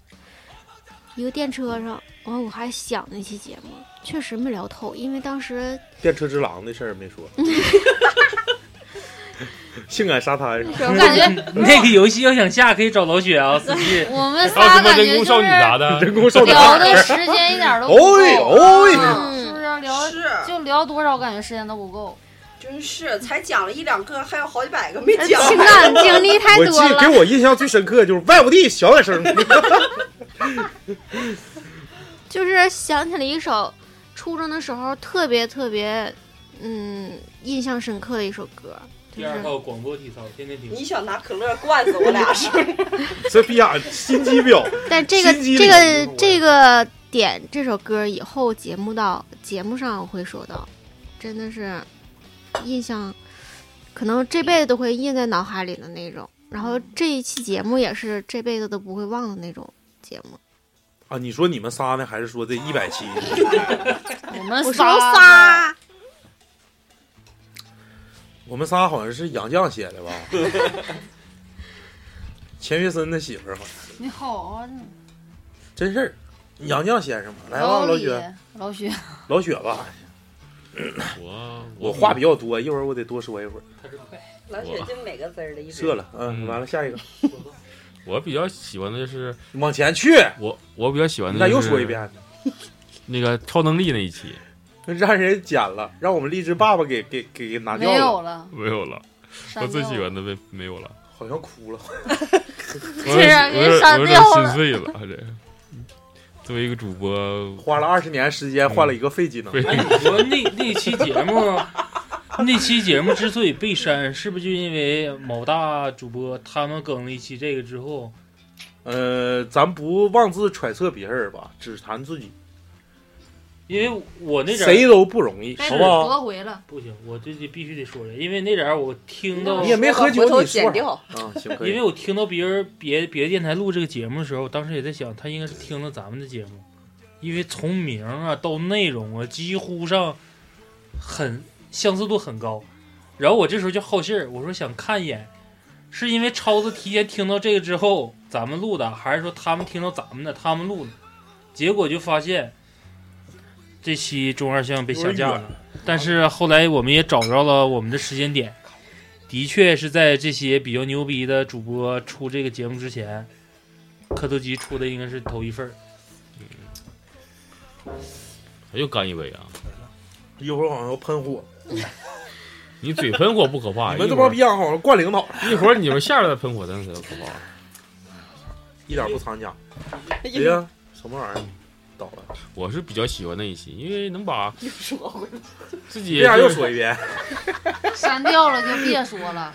S7: 一个电车上，完我还想那期节目，确实没聊透，因为当时
S3: 电车之狼的事儿没说，性感沙滩是吧
S5: 我感觉
S1: 那个游戏要想下，可以找老雪啊，仔细。
S5: 我们仨感觉就是
S3: <laughs>
S1: 的，
S3: 人工少女
S5: 聊的时间一点都不够，
S3: 哎
S5: 啊是不是？聊
S4: 是
S5: 就聊多少，感觉时间都不够。
S4: 真是才讲了一两个，还有好几百个没讲。
S7: 情感经历太
S3: 我
S7: 多
S3: 记
S7: 了。
S3: 给我印象最深刻就是外务地小点
S5: <laughs>
S3: 声，
S7: 就是想起了一首初中的时候特别特别，嗯，印象深刻的一首歌，就是
S1: 套广播体操，天天听
S4: 你想拿可乐罐子，我俩是不是？
S3: 这逼呀心机婊。
S7: 但这个
S3: 心机
S7: 这
S3: 婊
S7: 个这个点这首歌以后节目到节目上我会说到，真的是印象，可能这辈子都会印在脑海里的那种。然后这一期节目也是这辈子都不会忘的那种节
S5: <laughs>
S7: 目。
S3: 啊！你说你们仨呢，还是说这一百期？
S5: 我们
S7: 我说
S5: 仨
S7: 仨，
S3: 我们仨好像是杨绛写的吧？钱学森的媳妇儿好像
S5: 你好啊，
S3: 真事儿，杨绛先生嘛。来吧，
S5: 老
S3: 老
S5: 李
S3: 雪，，
S5: 老许，
S3: 老雪吧。
S9: 我
S3: 我话比较多，一会儿我得多说一会儿。
S4: 老雪就每个字儿的一
S3: 射了，嗯，完了下一个，
S9: 我比较喜欢的就是
S3: 往前去。
S9: 我我比较喜欢
S3: 你
S9: 的、
S3: 咋
S9: 就是，
S3: 又说一遍？
S9: 那个超能力那一期
S3: 让人剪了，让我们荔枝爸爸给给给拿掉
S5: 没有了，
S9: 没有了，
S5: 删
S9: 我最
S5: 掉
S9: 喜
S5: 了
S9: 欢的没没有了。
S3: 好像哭了。
S9: 我有点我有点我有点心碎了，还得
S3: 嗯
S9: 作为一个主播，
S3: 花了二十年时间换了一个肺技能。
S9: 对
S1: 哎，你说那那期节目，那期节目之所以被删，是不是就因为某大主播他们更了一期这个之后，
S3: 呃，咱不妄自揣测别人吧，只谈自己。
S1: 因为我那阵儿
S3: 谁都不容易，
S1: 但
S3: 好
S1: 是
S3: 不好？
S5: 多回了，
S1: 不行，我这就必须得说了，因为那点儿我听到
S3: 你也没喝酒
S4: 回头剪掉
S3: 啊行可以
S1: 因为我听到别人别别的电台录这个节目的时候，我当时也在想，他应该是听了咱们的节目，因为从名啊到内容啊，几乎上很相似度很高。然后我这时候就好信儿，我说想看一眼，是因为超子提前听到这个之后咱们录的，还是说他们听到咱们的他们录的？结果就发现这期中二项被下架了。但是后来我们也找着了我们的时间点，的确是在这些比较牛逼的主播出这个节目之前，磕头机出的应该是头一份儿。
S9: 又干一杯啊！
S3: 一会儿好像要喷火，
S9: 你嘴喷火不可怕，
S3: <laughs> 你们
S9: 一
S3: 这
S9: 会儿
S3: 帮逼样好像惯领导，
S9: 一会儿你们下来再喷火，咱才可怕。
S3: 一点不藏家。哎呀，什么玩意儿？倒了。
S9: 我是比较喜欢那一期，因为能把自己
S3: 这样又说一遍，
S5: 删掉了就别说了。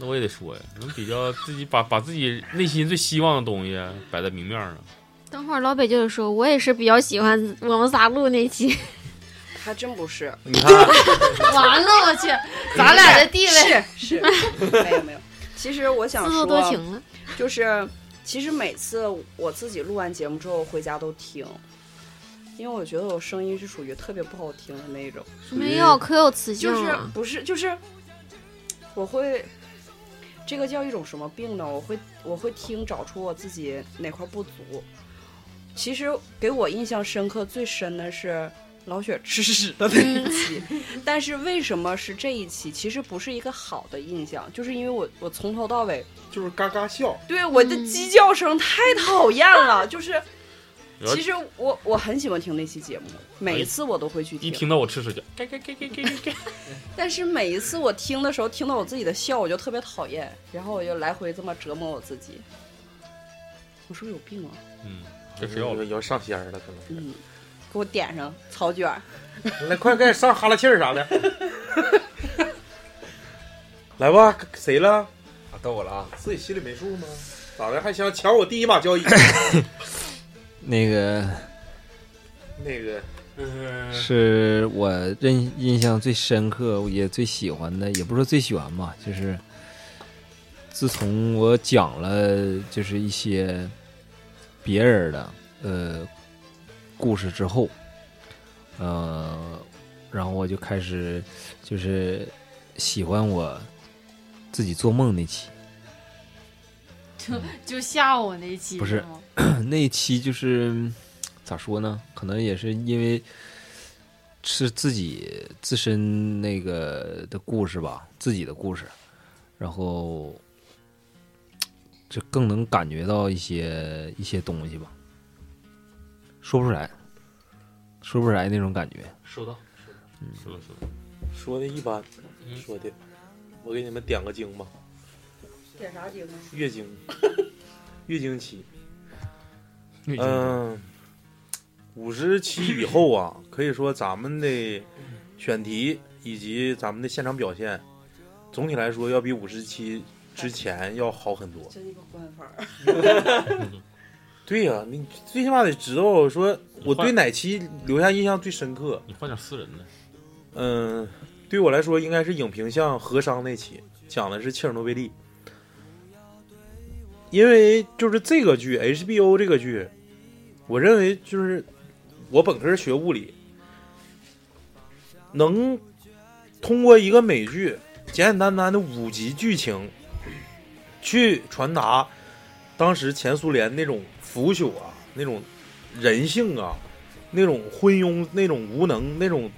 S9: 那我也得说呀，能比较自己把把自己内心最希望的东西摆在明面上。
S7: 等会儿老北就得说，我也是比较喜欢我们仨录那期。
S4: 还真不是，
S3: 你
S4: <laughs>
S3: 看，
S5: 完了，我去，咱俩的地位
S4: 是是没有没有。其实我想
S7: 自
S4: 说，
S7: 作多情了，
S4: 就是其实每次我自己录完节目之后回家都听，因为我觉得我声音是属于特别不好听的那种，
S7: 没有可有磁
S11: 啊
S7: 性
S4: 就是
S7: 了。
S4: 不是就是我会。这个叫一种什么病呢？我会我会听找出我自己哪块不足。其实给我印象深刻最深的是老雪吃屎的那一期， <laughs> 但是为什么是这一期？其实不是一个好的印象，就是因为我我从头到尾
S3: 就是嘎嘎笑，
S4: 对我的鸡叫声太讨厌了，就是
S9: 然后
S4: 其实我我很喜欢听那期节目，每一次我都会去
S9: 一
S4: 听，
S9: 听到我吃屎就，
S4: <laughs> 但是每一次我听的时候，听到我自己的笑，我就特别讨厌，然后我就来回这么折磨我自己。我是不是有病啊？
S9: 嗯，
S3: 这
S9: 吃药了
S3: 要上仙儿了，可能是。
S4: 嗯，给我点上草卷儿。
S3: 来，快快上哈拉气儿啥的。来吧，谁了？
S8: 到我了啊！
S3: 自己心里没数吗？咋的？还想抢我第一把交椅？
S8: 那个
S3: 那个，
S8: 呃是我印印象最深刻，也最喜欢的，也不是说最喜欢吧，就是自从我讲了就是一些别人的呃故事之后，呃，然后我就开始就是喜欢我自己做梦那期，
S5: 就就吓我那一期
S8: 不
S5: 是
S8: 是
S5: 吗？
S8: <clears throat> 那一期就是咋说呢？可能也是因为是自己自身那个的故事吧，自己的故事，然后这更能感觉到一些一些东西吧，说不出来，说不出来那种感觉。
S1: 收到。
S9: 说了说了，
S3: 说的一般，
S9: 嗯
S3: 说的，我给你们点个经吧，
S4: 点啥啊节目？
S3: 月经，月经期。
S9: 月经
S3: 嗯，五十期以后啊，可以说咱们的选题以及咱们的现场表现，总体来说要比五十期之前要好很多。
S4: 真一个官方。
S3: 对呀、你最起码得知道说我对
S9: 换
S3: 哪期留下印象最深刻。
S9: 你换点私人的，
S3: 嗯，对我来说应该是影评像和商那期，讲的是切尔诺贝利。因为就是这个剧 HBO 这个剧，我认为就是我本科是学物理，能通过一个美剧简简单单的五集剧情，去传达当时前苏联那种腐朽啊、那种人性啊、那种昏庸、那种无能、那种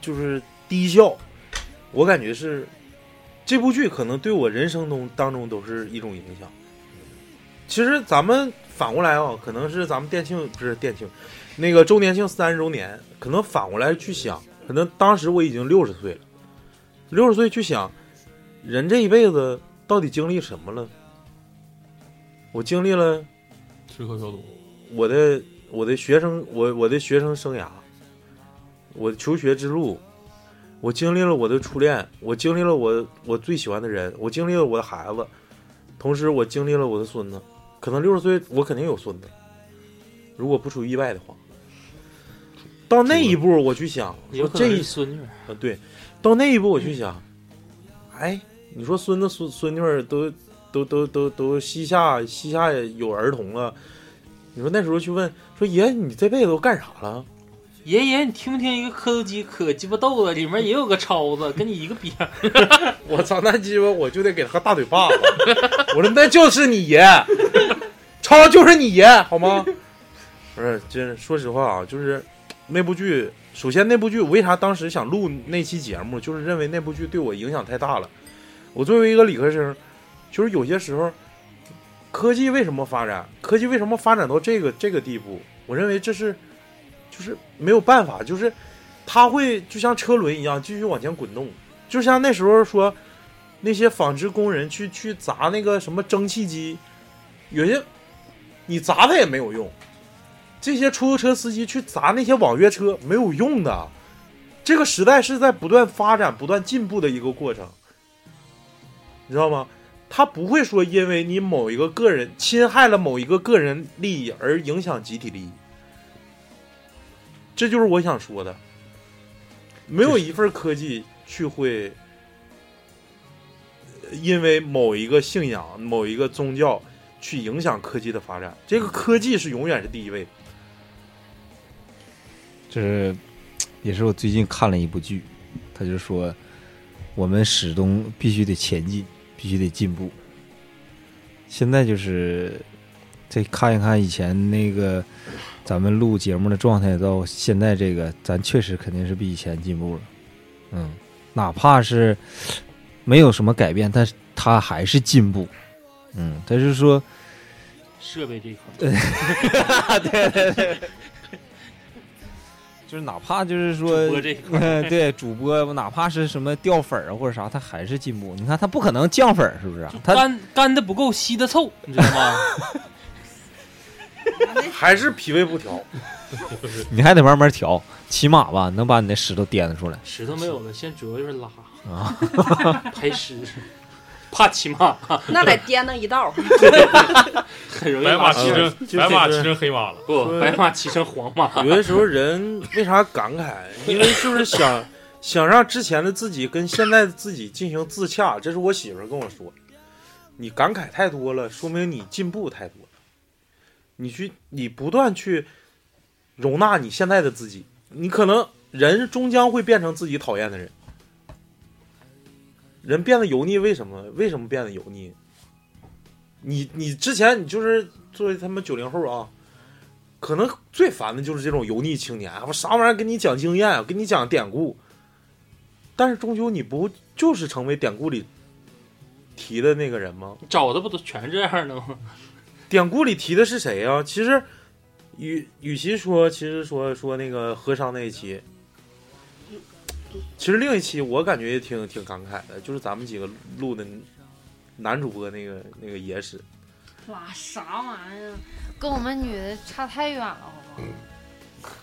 S3: 就是低效，我感觉是这部剧可能对我人生中当中都是一种影响。其实咱们反过来啊、可能是咱们店庆不是店庆，那个周年庆三十周年，可能反过来去想，可能当时我已经六十岁了，六十岁去想，人这一辈子到底经历什么了？我经历了
S10: 吃喝嫖赌，
S3: 我的我的学生，我我的学生生涯，我的求学之路，我经历了我的初恋，我经历了我我最喜欢的人，我经历了我的孩子，同时我经历了我的孙子。可能六十岁，我肯定有孙子，如果不出意外的话。到那一步，我去想，
S1: 有
S3: 说
S1: 可
S3: 这
S1: 能
S3: 一
S1: 是孙女儿，
S3: 啊，对，到那一步我去想，哎，你说孙子孙孙女儿都都都都都膝下膝下有儿童了，你说那时候去问说爷，你这辈子都干啥了？
S1: 爷爷，你听不听一个磕头机可鸡巴逗了，里面也有个超子，跟你一个啊边儿。
S3: <laughs> 我操，那鸡巴我就得给他个大嘴巴子！ <laughs> 我说那就是你爷，超就是你爷，好吗？不是，真说实话啊，就是那部剧，首先那部剧为啥当时想录那期节目，就是认为那部剧对我影响太大了。我作为一个理科生，就是有些时候，科技为什么发展？科技为什么发展到这个这个地步？我认为这是就是没有办法，就是它会就像车轮一样继续往前滚动，就像那时候说那些纺织工人去去砸那个什么蒸汽机，有些你砸它也没有用，这些出租车司机去砸那些网约车没有用的。这个时代是在不断发展、不断进步的一个过程，你知道吗？他不会说因为你某一个个人侵害了某一个个人利益而影响集体利益，这就是我想说的。没有一份科技去会呃因为某一个信仰、某一个宗教去影响科技的发展。这个科技是永远是第一位。
S8: 这是也是我最近看了一部剧，他就说我们始终必须得前进，必须得进步。现在就是再看一看以前那个咱们录节目的状态，到现在这个，咱确实肯定是比以前进步了。嗯，哪怕是没有什么改变，但是他还是进步。嗯，他是说。
S1: 设备这一块
S8: 对，对对对，就是哪怕就是说，
S1: 主播这一块
S8: 嗯 <laughs> 对主播，哪怕是什么掉粉儿啊或者啥，他还是进步。你看他不可能降粉儿，是不是啊？他
S1: 干干的不够，稀的凑，你知道
S4: <laughs>
S1: 吗？
S3: 还是脾胃不调，
S8: 你还得慢慢调，起码吧，能把你的石头颠出来。
S1: 石头没有了，现在主要就是拉
S8: 啊，
S1: 排石，怕骑马，
S4: 那
S1: <laughs>
S4: 得颠那一道儿。 <laughs>
S1: 很容易
S10: 白
S1: 拉
S10: 马
S1: 稀
S10: 骑
S1: 了
S10: 成
S1: 啊
S10: 白马
S1: 就是这
S10: 骑
S1: 个
S10: 成黑马了，
S1: 不，白马骑成黄马。
S3: <laughs> 有的时候人为啥感慨？因为就是想想让之前的自己跟现在的自己进行自洽。这是我媳妇儿跟我说，你感慨太多了，说明你进步太多了。你去，你不断去容纳你现在的自己，你可能人终将会变成自己讨厌的人。人变得油腻，为什么？为什么变得油腻？你你之前你就是作为他们九零后啊，可能最烦的就是这种油腻青年，啊我啥玩意儿跟你讲经验，啊跟你讲典故，但是终究你不就是成为典故里提的那个人吗？
S1: 找的不都全这样的吗？
S3: <laughs> 典故里提的是谁呀、啊其实，与与其说，其实说说那个和商那一期，其实另一期我感觉也挺挺感慨的，就是咱们几个录的男主播那个那个野史，
S5: 哇，啥玩意儿？跟我们女的差太远了，好不好？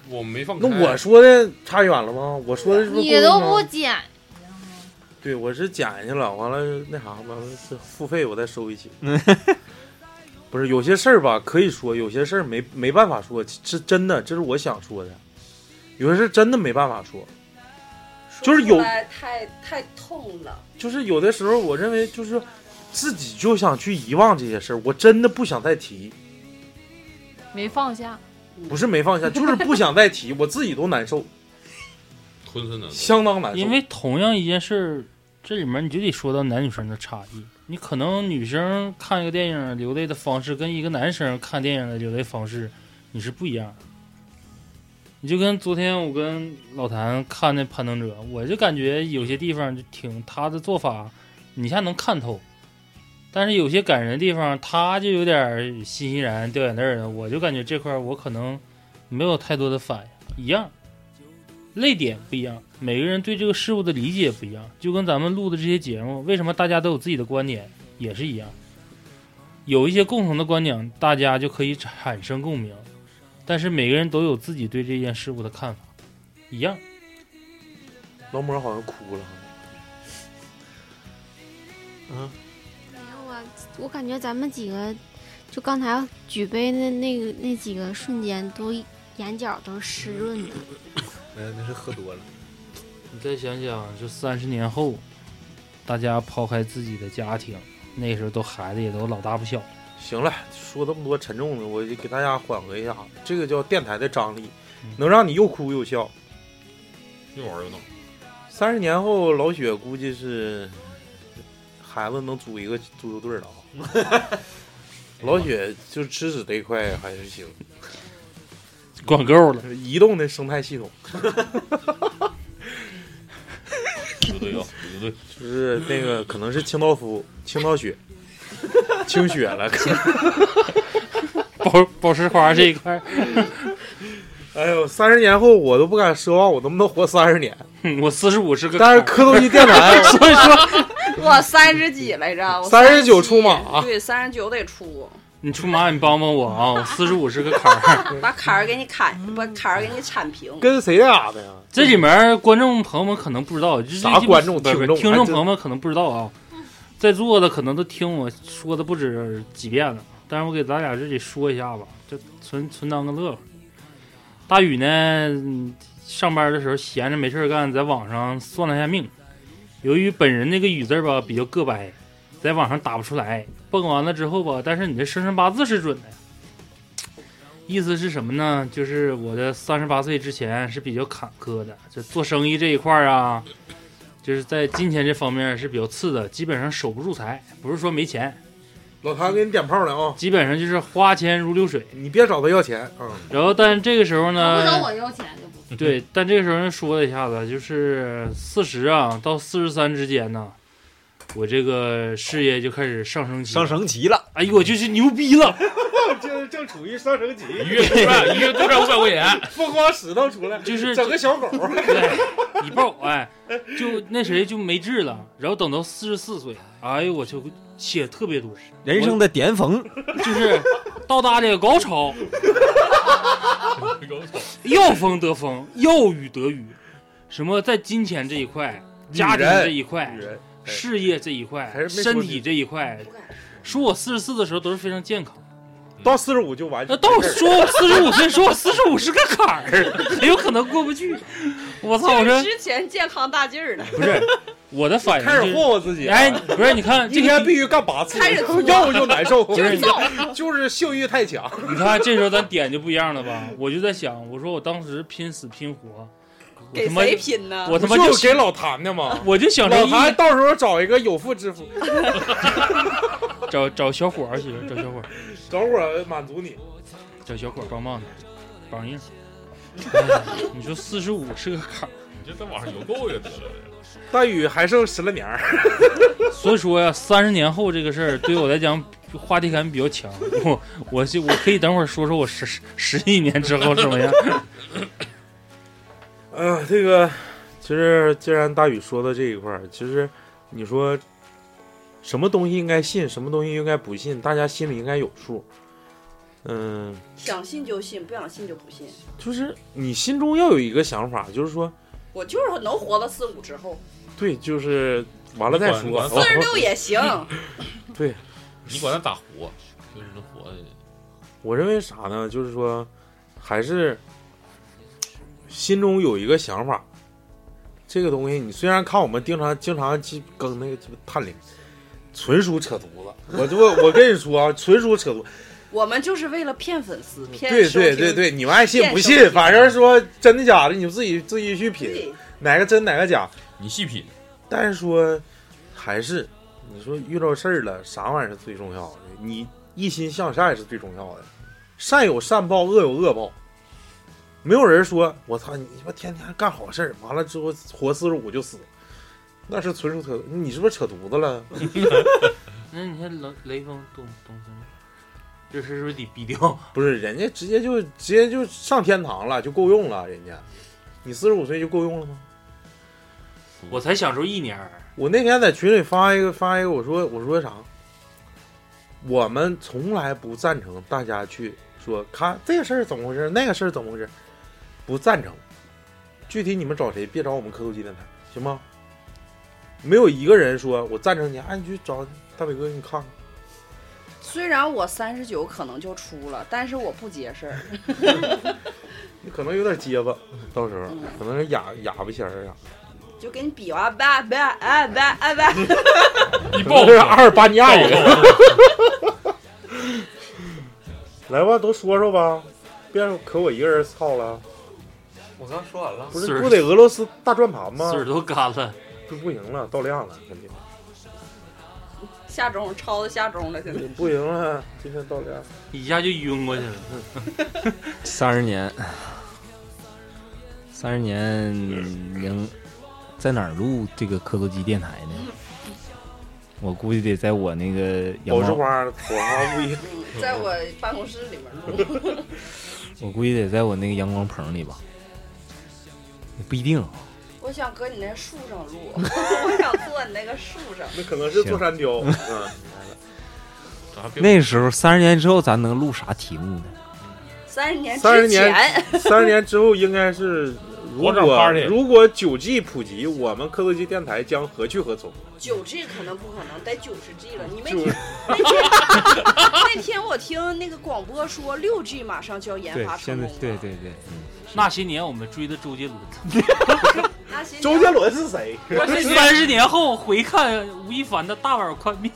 S10: 我没放开。
S3: 那我说的差远了吗？我说的是不是
S5: 你
S3: 过
S5: 都不
S3: 分吗
S5: 剪，
S3: 对，我是剪去了，完了那啥，完了是付费，我再收一期。不是有些事儿吧，可以说，有些事儿没没办法说，是真的，这是我想说的。有些事儿真的没办法说，就是有
S4: 说出来太太痛了。
S3: 就是有的时候，我认为就是自己就想去遗忘这些事儿，我真的不想再提，
S5: 没放下。
S3: 不是没放下，就是不想再提，我自己都难受，
S10: <laughs> 吞吞的，
S3: 相当难受。
S1: 因为同样一件事儿，这里面你就得说到男女生的差异。你可能女生看一个电影流泪的方式，跟一个男生看电影的流泪方式，你是不一样的。你就跟昨天我跟老谭看那《攀登者》，我就感觉有些地方就挺他的做法，你一下能看透。但是有些感人的地方，他就有点儿欣欣然掉眼泪儿了。我就感觉这块儿我可能没有太多的反应，一样。泪点不一样，每个人对这个事物的理解不一样，就跟咱们录的这些节目，为什么大家都有自己的观点，也是一样，有一些共同的观点，大家就可以产生共鸣，但是每个人都有自己对这件事物的看法，一样。
S3: 劳模好像哭了，
S10: 嗯，
S7: 啊我感觉咱们几个，就刚才举杯那那个那几个瞬间，都眼角都是湿润的。
S8: 那哎那是喝多了。
S1: 你再想想，就三十年后，大家抛开自己的家庭，那时候都孩子也都老大 <laughs> 不小了。
S3: 行了，说这么多沉重的，我就给大家缓和一下，啊这个叫电台的张力，
S10: 嗯
S3: 能让你又哭又笑。
S10: 又玩又闹。
S3: 三十年后，老雪估计是孩子能组一个足球队儿了
S10: <laughs>
S3: 啊。老雪就吃屎这一块还是行，
S1: 管够了。
S3: 移动的生态系统。
S10: 足球队啊，足球队
S3: 就是那个可能是清道夫、清道雪、清雪了，可
S1: 宝宝石花这一块。
S3: 哎呦，三十年后我都不敢奢望我能不能活三十年，
S1: 我四十五是个。
S3: 但是科多基电台，所以说
S4: <laughs> 我三十几来着，我
S3: 三十
S4: 37
S3: 九啊出马
S4: 对，三十九得出，
S1: 你出马，你帮帮我啊！我四十五是个坎儿。
S4: 把坎儿给你砍，把坎儿给你铲平。
S3: 跟谁俩的呀？
S1: 这里面观众朋友们可能不知道，就是
S3: 啥观众
S1: 不是不是听
S3: 听众还
S1: 众
S3: 真
S1: 朋友们可能不知道啊，在座的可能都听我说的不止几遍了，但是我给咱俩这里说一下吧，就纯纯当个乐呵。大宇呢，嗯上班的时候闲着没事儿干，在网上算了一下命，由于本人那个宇字儿吧比较个掰，在网上打不出来，蹦完了之后吧，但是你这生辰八字是准的呀。意思是什么呢？就是我的三十八岁之前是比较坎坷的，就做生意这一块儿啊，就是在金钱这方面是比较次的，基本上守不住财，不是说没钱，
S3: 老谭给你点炮了啊！
S1: 基本上就是花钱如流水。
S3: 你别找他要钱啊！
S1: 然后，但这个时候呢，
S5: 不找我要钱就不。
S1: 对，但这个时候人说了一下子，就是四十啊到四十三之间呢，我这个事业就开始上升期，
S8: 上。升级了，
S1: 哎呦，我就是牛逼了！
S3: 就是正处于上升期，
S10: 一月多赚，一月多赚五百块钱，
S3: 风光石头出来，
S1: 就是
S3: 整个小狗。
S1: <laughs> 对，一爆哎，就那谁就没治了。然后等到四十四岁，哎呦我去，血特别多，
S8: 人生的巅峰，
S1: 就是到达这个高潮，要风得风，要雨得雨，什么在金钱这一块、家庭这一块
S3: 女、人
S1: 事业这一块
S3: 还是、没说
S1: 身体这一块，说我四十四的时候都是非常健康。
S3: 到四十五就完事
S1: 那
S3: 儿。
S1: 到说我四十五岁，说我四十五是个坎儿， <laughs> 很有可能过不去。我操！我说
S4: 之前健康大劲儿呢，
S1: <laughs> 不是，我的反应
S3: 开
S1: 就
S3: 始
S1: 是
S3: 霍霍自己。
S1: 哎，不是，你看
S3: 一
S1: 这
S3: 天
S1: 个，
S3: 必须干八次，
S4: 开始搓
S3: 要不就难
S4: <laughs>
S3: 受，
S1: 就
S3: 就是
S1: 是
S3: <laughs> 就是性欲太强。
S1: 你看这时候咱点就不一样了吧？我就在想，我说我当时拼死拼活，我
S4: 给
S1: 他妈
S4: 谁拼呢？
S1: 我他妈
S3: 不
S1: 就是
S3: 给老谭的吗？
S1: <laughs> 我就想着
S3: 老
S1: 一
S3: 谭到时候找一个有妇之夫，
S1: 找找小伙儿去，找小伙儿，
S3: 找我满足你。
S1: 找小伙儿棒棒的，榜样。哎你说四十五是个坎儿，
S10: 你就在网上邮购就得了呗。
S3: 大宇还剩十来年儿， <laughs>
S1: 所以说呀、三十年后这个事儿对我来讲话题感比较强。 <laughs> 我我就我可以等会儿说说我十十十几年之后什么样。
S3: 呃，这个其实既然大宇说到这一块儿，其实你说什么东西应该信，什么东西应该不信，大家心里应该有数。嗯，
S4: 想信就信，不想信就不信。
S3: 就是你心中要有一个想法，就是说，
S4: 我就是能活到四五之后，
S3: 对，就是完了再
S10: 你管
S3: 说。
S10: 你管
S4: 四十六
S3: <laughs>
S4: 也行。
S3: 对，
S10: 你管他咋活，就是能活下去。
S3: 我认为啥呢？就是说，还是心中有一个想法。这个东西，你虽然看我们经常经常去更那个鸡巴探灵，纯属扯犊子。我就我跟你说啊，纯属扯犊子。
S4: 我们就是为了骗粉丝，骗
S3: 嗯对
S4: 收
S3: 对
S4: 听
S3: 对对，你们爱信不
S4: 骗收
S3: 信，
S4: 听
S3: 反正说真的假的，你们自己自己去品，
S4: 对
S3: 哪个真哪个假。
S10: 你细品，
S3: 但是说，还是你说遇到事儿了，啥玩意儿是最重要的？你一心向善是最重要的，善有善报，恶有恶报。没有人说我操你他妈天天干好事儿，完了之后活四十五就死，那是纯属扯，你是不是扯犊子了？
S1: <laughs>
S3: <laughs>
S1: 那你看雷雷锋东东升，这事是不是得逼掉？
S3: <laughs> 不是，人家直接就直接就上天堂了，就够用了。人家，你四十五岁就够用了吗？
S1: 我才享受一年儿，
S3: 我那天在群里发一个发一个，我说我说啥？我们从来不赞成大家去说，看这个事儿怎么回事，那个事儿怎么回事，不赞成。具体你们找谁，别找我们科技电台，行吗？没有一个人说我赞成你，哎，你去找大伟哥，你看看。
S4: 虽然我三十九可能就出了，但是我不接事儿。
S3: 你可能有点结巴，到时候可能是哑哑巴弦儿呀。啊
S4: 就给你比划吧吧啊吧啊吧。
S3: <laughs> 你报是阿尔巴尼亚人。 <laughs> 来吧，都说说吧，别可我一个人操了。
S12: 我刚说完了，
S3: 不是不得俄罗斯大转盘吗？
S1: 嘴儿都干了，
S3: 不不行了，到量了，肯定
S4: 下中抄的下中了，现在
S3: 不行了，今天到量。
S1: 一下就晕过去了。
S8: 三十年，三十年零，在哪儿录这个科多基电台呢？我估计得在我那个
S3: 宝
S8: 阳
S3: 之
S8: 光，
S3: 花，火花不一样。
S4: 在我办公室里面
S3: <laughs>
S4: 录。
S8: 我估计得在我那个阳光棚里吧，也不一定。啊
S4: 我想搁你那树上
S3: <laughs>
S4: 录，我想坐你那个树上。
S3: 那可能是座山雕。嗯，
S8: 那时候三十年之后，咱能录啥题目呢？
S4: 三十年
S3: 三十
S4: 之
S3: 年
S4: 前，，
S3: 三十年之后应该是，如
S10: 广场
S3: 果
S10: party
S3: 如果九 G 普及，我们科多基电台将何去何从？
S4: 九 G 可能不可能，得九十 G 了。你没
S3: 就 <laughs>
S4: 听？那天 <laughs> 那天我听那个广播说六 G 马上就要研
S8: 对
S4: 发，
S8: 现
S4: 成
S8: 在
S4: 功了。
S8: 对
S1: 嗯
S8: 对对，
S1: <laughs> 那些年我们追的周杰 <laughs> 伦，
S4: 那
S3: <laughs>
S4: 些
S3: 周杰伦是谁？
S1: 我是三十年后回看吴亦凡的大碗宽面，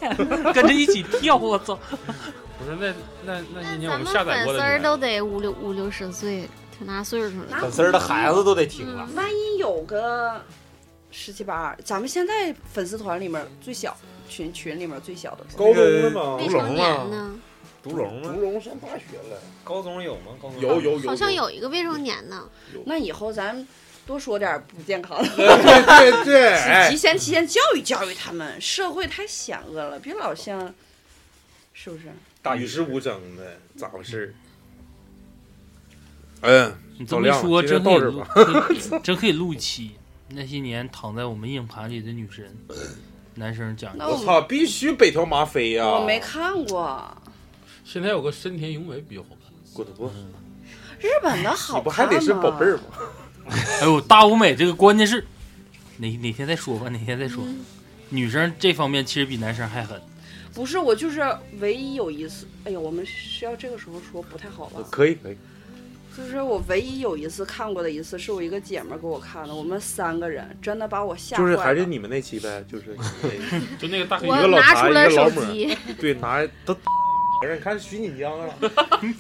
S1: 跟着一起跳，我操！
S9: 不是那那那些年我
S7: 咱
S9: 们
S7: 们
S9: 下载
S7: 粉
S9: 过
S7: 丝
S9: 的
S7: 儿
S9: 是
S7: 都得五六五六十岁，挺大岁数了。
S4: 那
S12: 粉丝儿的孩子都得听了。
S4: 万一有个十七八，咱们现在粉丝团里面最小群群里面最小的
S3: 高中的吗？
S7: 未成年呢，
S12: 独龙吗？
S3: 独龙啊上大学了，
S12: 高中有吗？高中
S3: 有有有，
S7: 好像有一个未成年呢。
S4: 那以后咱多说点不健康的，
S3: <laughs> 对对
S4: <laughs>
S3: 对，哎
S4: 提前提前教育教育他们，社会太险恶了，别老像，是不是？
S3: 大与世无争的，咋回事？嗯，
S1: 你这
S3: 走
S1: 么一
S3: 量
S1: 说，
S3: 今
S1: 真
S3: 天
S1: 可以
S3: 到这儿
S1: 录
S3: 吧。，
S1: <laughs> 真
S4: <laughs>
S1: 真可以录一期那些年躺在我们硬盘里的女神，男生讲一
S4: 那
S1: 下。
S4: 我
S3: 我操，必须北条麻飞呀！
S4: 我没看过
S9: 现在有个深田咏美比较嗯好看，
S3: 滚犊子！
S4: 日本的好看
S3: 你不还得是宝贝儿吗？
S1: 哎呦，大舞美这个关键是哪哪天再说吧，哪天再说。
S4: 嗯
S1: 女生这方面其实比男生还狠，
S4: 不是，我就是唯一有一次，哎呀，我们是要这个时候说不太好吧？
S3: 可以可以，
S4: 就是我唯一有一次看过的一次，是我一个姐们儿给我看的，我们三个人真的把我吓坏
S3: 就
S4: 了。
S3: 是还是你们那期呗，就是你们 <laughs> 那
S9: 就那个大黑
S3: 一个
S7: 我
S3: 老
S7: 拿
S3: 茶，
S7: 出
S3: 一
S7: 了
S3: 个
S7: 手
S3: 老母，
S7: 机，
S3: <laughs> 对，拿都你看徐锦江 <laughs> 啊，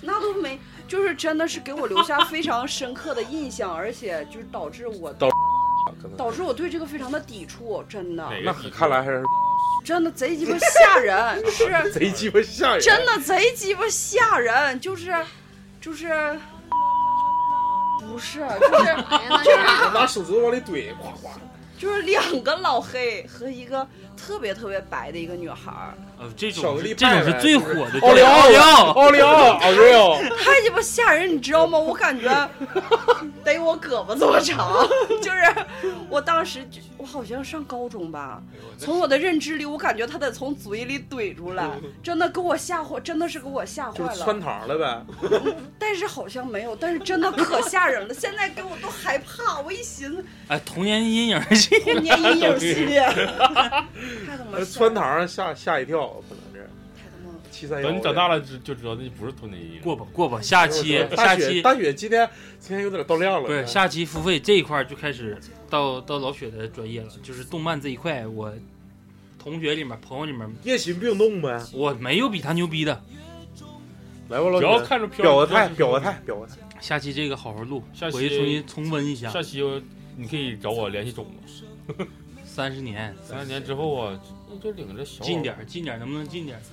S4: 那都没，就是真的是给我留下非常深刻的印象，而且就是导致我
S3: 导 <laughs> 可能
S4: 导致我对这个非常的抵触，真的
S9: 哪
S3: 那
S9: 个
S3: 看来还 <laughs> 是
S4: 真的贼鸡巴吓人，是
S3: 贼鸡巴吓人，
S4: 真的贼鸡巴吓人，就是就是不是就是
S3: <laughs> 拿手指头往里怼，哗哗。
S4: 就是两个老黑和一个特别特别白的一个女孩儿，
S1: 呃，这
S3: 巧
S1: 种
S3: 克力
S1: 是
S3: 派
S1: 这
S3: 呗
S1: 种是最火的。
S3: 奥利奥，
S1: 奥利奥，<laughs>
S3: 奥利奥，奥利奥，
S4: 太鸡巴吓人，你知道吗？我感
S3: <laughs>
S4: 觉得我胳膊这么长，就是我当时就我好像上高中吧，
S3: 哎
S4: 从我的认知里，我感觉他得从嘴里怼出来，
S3: 嗯
S4: 真的给我吓坏，真的是给我吓坏
S3: 就是
S4: 了
S3: 穿。堂了呗。
S4: 但是好像没有，但是真的可吓人了，现在给我都害怕。我一寻思，
S1: 哎，童年阴影系列
S4: 童年阴影系列， <laughs> <laughs> 太他
S3: 那
S4: 妈吓人
S3: 穿，堂吓吓一跳，可能是
S4: 太他妈
S3: 七三幺。
S9: 等你长大了就就知道那不是童年阴影。
S1: 过吧过
S9: 啊
S1: 吧，
S3: 哎
S1: 下期
S3: 大
S1: 下
S3: 雪，
S1: 期
S3: 大雪今天今天有点到量了。
S1: 不是哎下期付费这一块儿就开始到到老雪的专业了，就是动漫这一块，我同学里面朋友里面
S3: 夜勤并动呗，
S1: 我没有比他牛逼的。
S3: 来吧，老
S9: 不要
S3: 铁，
S9: 看着飘，
S3: 表个态，表个态，表个态。
S1: 下期这个好好录，
S9: 下期
S1: 回去重新重温一下
S9: 下期你可以找我联系总子。
S1: 三十年，
S9: 三十年之后啊，那就领着小
S1: 近点儿近点儿，能不能近点儿？
S9: 宝。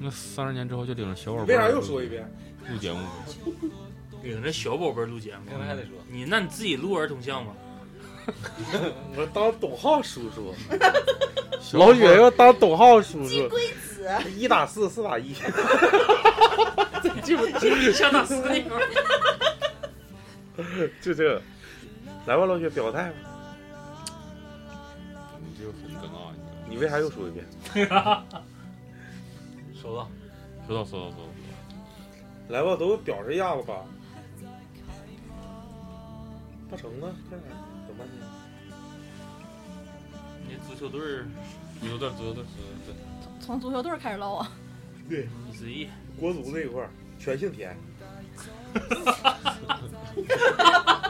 S9: 那三十年之后就领着小宝。
S3: 为啥又说一？遍？
S9: 录节目呗。
S1: 领着小宝贝儿录节目，
S12: 刚才还得说，
S1: 你那你自己录儿童项目，
S3: <laughs> 我当董浩叔叔，老雪要当董浩叔叔，
S4: 龟子，
S6: <laughs>
S3: 一打四，四打一。
S1: 像打死那种。
S3: <laughs> 就这个，来吧，老雪表个态吧。
S9: 你这个很尴尬，你知道吗？
S3: 你为啥又说一遍？
S1: 收到，
S9: 收到收到收到。
S3: 来吧，都表示亚巴吧。不成啊，这哪儿等半天。
S9: 那足球队儿，足球队儿，足球队儿，足球队儿，
S11: 从足球队儿开始唠啊。
S3: 对，
S9: 你随意。
S3: 国足那一块儿全姓田，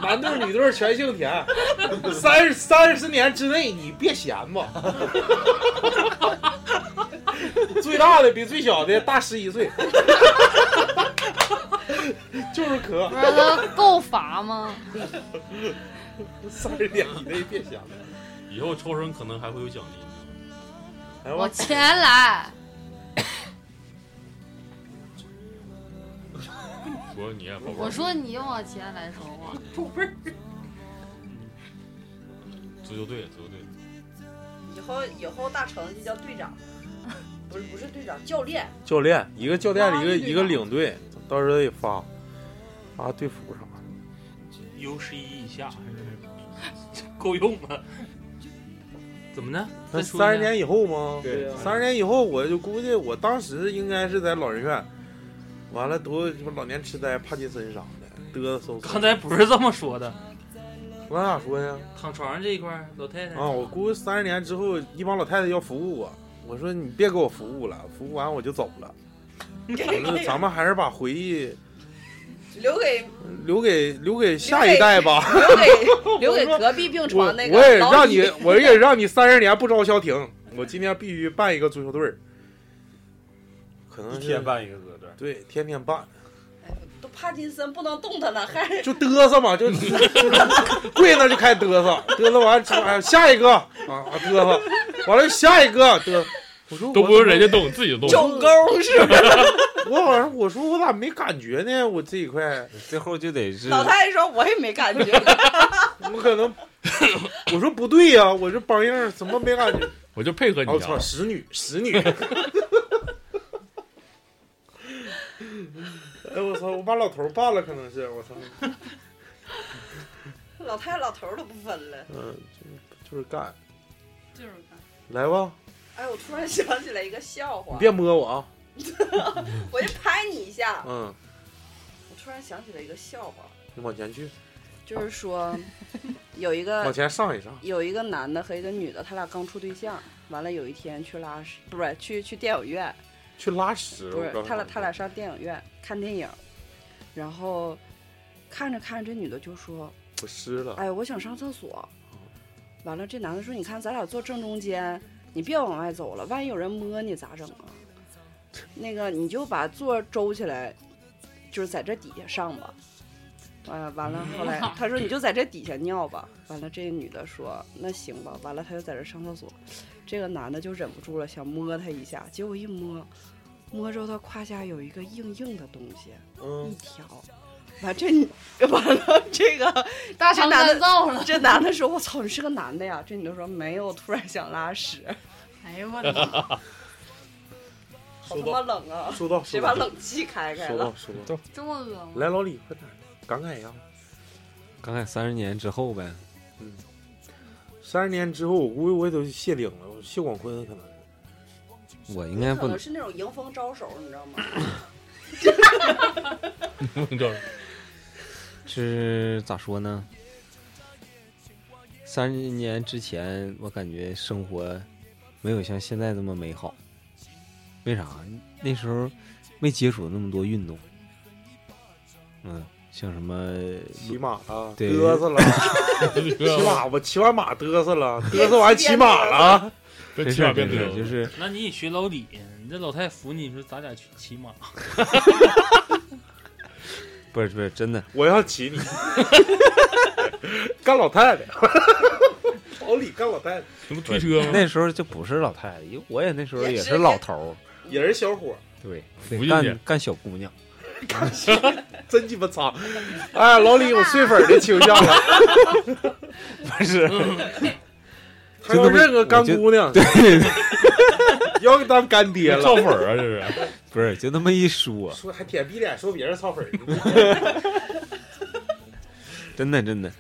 S3: 男队儿女队儿全姓田，三十三十年之内你别闲吧。最大的比最小的大十一岁，就是咳
S5: 不。是他够罚吗？
S3: <laughs> 三十年以内别想。
S9: 以后超生可能还会有奖励。
S3: 哎
S5: 我
S9: <laughs>
S5: 前来，
S9: 我说你也宝贝儿
S5: 我说你往前来说话。
S9: 足球队，足球队，
S4: 以后以后大橙就叫队长，不是不是队长，教练。
S3: <laughs> 教练，一个教练，一个一个领队，到时候得发发队服啥的。
S1: U 十一以下是够用了。怎么呢？
S3: 那
S1: 再说
S3: 三十
S1: 呢
S3: 年以后吗？
S1: 对啊
S3: 三十年以后，我就估计我当时应该是在老人院，完了得什么老年痴呆、帕金森啥的，嘚瑟嗖嗖。啊
S1: 刚才不是这么说的，
S3: 我咋说呀？
S1: 躺床上这一块儿，老太太
S3: 啊，我估计三十年之后，一帮老太太要服务我，我说你别给我服务了，服务完我就走
S4: <laughs>
S3: 了。我
S4: 哎
S3: 说咱们还是把回忆
S4: 留给
S3: 留给留给下一代吧。
S4: <laughs> 留
S3: <laughs>
S4: 给留给隔壁病
S3: 我
S4: 床那个
S3: 我也
S4: 老
S3: 让
S4: 李
S3: 你，我也让你三十年不招消停。我今天必须办一个足球队儿，可能
S12: 一天办
S3: 一个足球队，对，天天办，
S4: 都帕金森不能动弹了，还
S3: 就嘚瑟嘛，就 <laughs> 就跪那就开始嘚瑟，嘚瑟完之后，哎，下一个啊啊嘚瑟，完了下一个嘚瑟，我说
S9: 都不用人家动，自己动。 <laughs>
S4: 钩是
S3: 不 <laughs> 我好像我说我咋没感觉呢？我这一块
S8: <laughs> 最后就得是
S4: 老太太说我也没感觉，
S3: 我可能我说不对呀、我这梆硬儿怎么没感觉？
S9: <laughs> 我就配合你啊
S3: 我操，使女使女！ <laughs> 哎我操，我把老头儿办了，可能是我操，
S4: <laughs> 老太太老头儿都不分了。
S3: 嗯，就就是干，
S4: 就是看，
S3: 来吧，
S4: 哎，我突然想起来一个笑
S3: 你
S4: 话，
S3: 别摸我啊，
S4: 我就拍你一下。
S3: 嗯，
S4: 我突然想起来一个笑话，
S3: 你往前去，
S4: 就是说有一个
S3: 往前上一上，
S4: 有一个男的和一个女的，他俩刚处对象，完了有一天去拉屎，不是去去电影院，
S3: 去拉屎，
S4: 不
S3: 我
S4: 是
S3: 告诉
S4: 他俩
S3: 你
S4: 他俩上电影院看电影，然后看着看着，这女的就说
S3: 我湿了，
S4: 哎，我想上厕所。完了，这男的说：“你看，咱俩坐正中间，你别往外走了，万一有人摸你咋整啊？那个，你就把座周起来，就是在这底下上吧。啊，完了，后来他说你就在这底下尿吧。完了，这女的说那行吧。完了，他就在这上厕所，这个男的就忍不住了，想摸她一下，结果一摸，摸着她胯下有一个硬硬的东西，
S3: 嗯
S4: 一条。完这完了，这 <laughs> 个
S5: 大
S4: 这
S5: 肠
S4: 男
S5: 干
S4: 的
S5: 燥了
S4: 这男的说：“我操，你是个男的呀？”这女的说：“没有，我突然想拉屎。”
S5: 哎呦我
S4: 的妈！好
S3: 收
S4: 他
S3: 到，
S4: 妈冷啊！
S3: 收到
S4: 谁
S3: 收到
S4: 把冷气开开
S3: 收
S4: 了
S3: 到？收到，
S5: 这么恶吗？
S3: 来老李，快点儿感慨一下。
S8: 感慨三十年之后呗。
S3: 嗯，三十年之后，我估计我也都谢顶了，我谢广坤可能是。
S8: 我应该不
S4: 可能
S8: 能，
S4: 是那种迎风招手，你知道吗？
S9: <laughs>
S8: 是咋说呢？三十年之前，我感觉生活没有像现在这么美好。为啥？那时候没接触那么多运动。嗯，像什么
S3: 骑马了，
S8: 对
S3: 嘚瑟了，骑马我骑完马嘚瑟
S8: <laughs>
S3: 了，嘚瑟完骑马了，
S8: 真是真是就是
S1: 那你也学老李，你这老太服你，你说咱俩去骑马，
S8: <laughs> 不是不是真的，
S3: 我要骑你， <laughs> 干老太太， <laughs> 老李干老太太，
S9: 什么
S8: 那时候就不是老太太，因为我也那时候
S3: 也
S8: 也
S3: 是
S8: 是老头儿，
S3: 也是小伙儿，
S8: 对，
S9: 进
S8: 对
S9: 去
S8: 干干小姑娘。
S3: <laughs> 真鸡巴操！哎，老李有碎粉的倾向了，
S8: <laughs> 不是，
S3: 还有认个干姑娘，
S8: 对，
S3: <laughs> 要当干爹
S9: <laughs>
S3: 了，
S8: 造粉儿
S9: 啊，这是。
S8: <laughs> 不是，就那么一说，
S3: 说还舔逼脸说别人操粉儿， <laughs>
S8: 真的真的，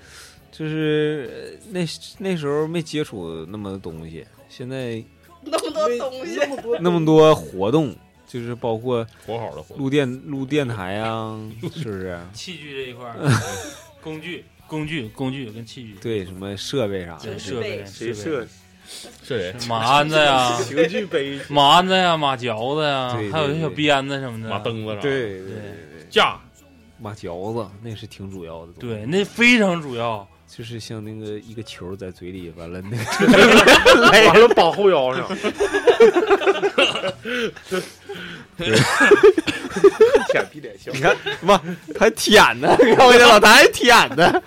S8: 就是呃那那时候没接触那么多东西，现在
S4: <laughs> 那么多东西，
S3: 那么多
S8: 那么多活动，就是包括
S9: 活好的活
S8: 录电录电台
S9: <laughs>
S8: 啊，是不是？
S1: <laughs> 器具这一
S8: <laughs>
S1: 块儿，工具、工具、工具跟器具，
S8: 对，什么设备啥的，
S1: 对设备
S3: 谁
S1: 设
S3: 设，
S9: 设谁
S1: 马鞍
S8: <laughs>
S1: 子呀
S3: <laughs> 情绪悲
S1: 马鞍子呀，马嚼子呀
S8: 对对，
S1: 啊还有那小
S8: 对
S1: 鞭子什么的，
S9: 马蹬子啥的
S8: 对
S1: 对
S8: 对，
S9: 架
S8: 马嚼子那是挺主要的东西，
S1: 对，那非常主要，
S8: 就是像那个一个球在嘴里，完了那个
S3: 完了绑后腰上舔屁脸笑
S8: 你看，哇，还舔呢！你看我家老谭还舔呢。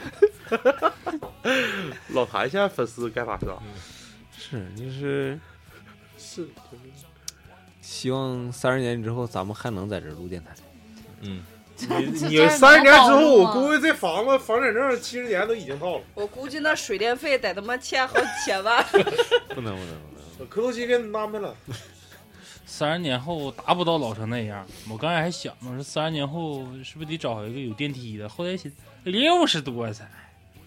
S3: 老谭现在粉丝该咋说？
S8: <laughs> 是，就是
S3: 是，
S8: 希望三十年之后咱们还能在这儿录电台。
S9: 嗯，
S3: <laughs>
S8: <laughs>
S3: 你你三十年之后，我估计这房子房产证七十年都已经到了。
S4: 我估计那水电费得他妈欠好几千万。
S8: 不能不能不能，
S3: 磕头机给你安排了。
S1: 三十年后达不到老成那样。我刚才还想呢，我说三十年后是不是得找一个有电梯的？后来寻六十多才，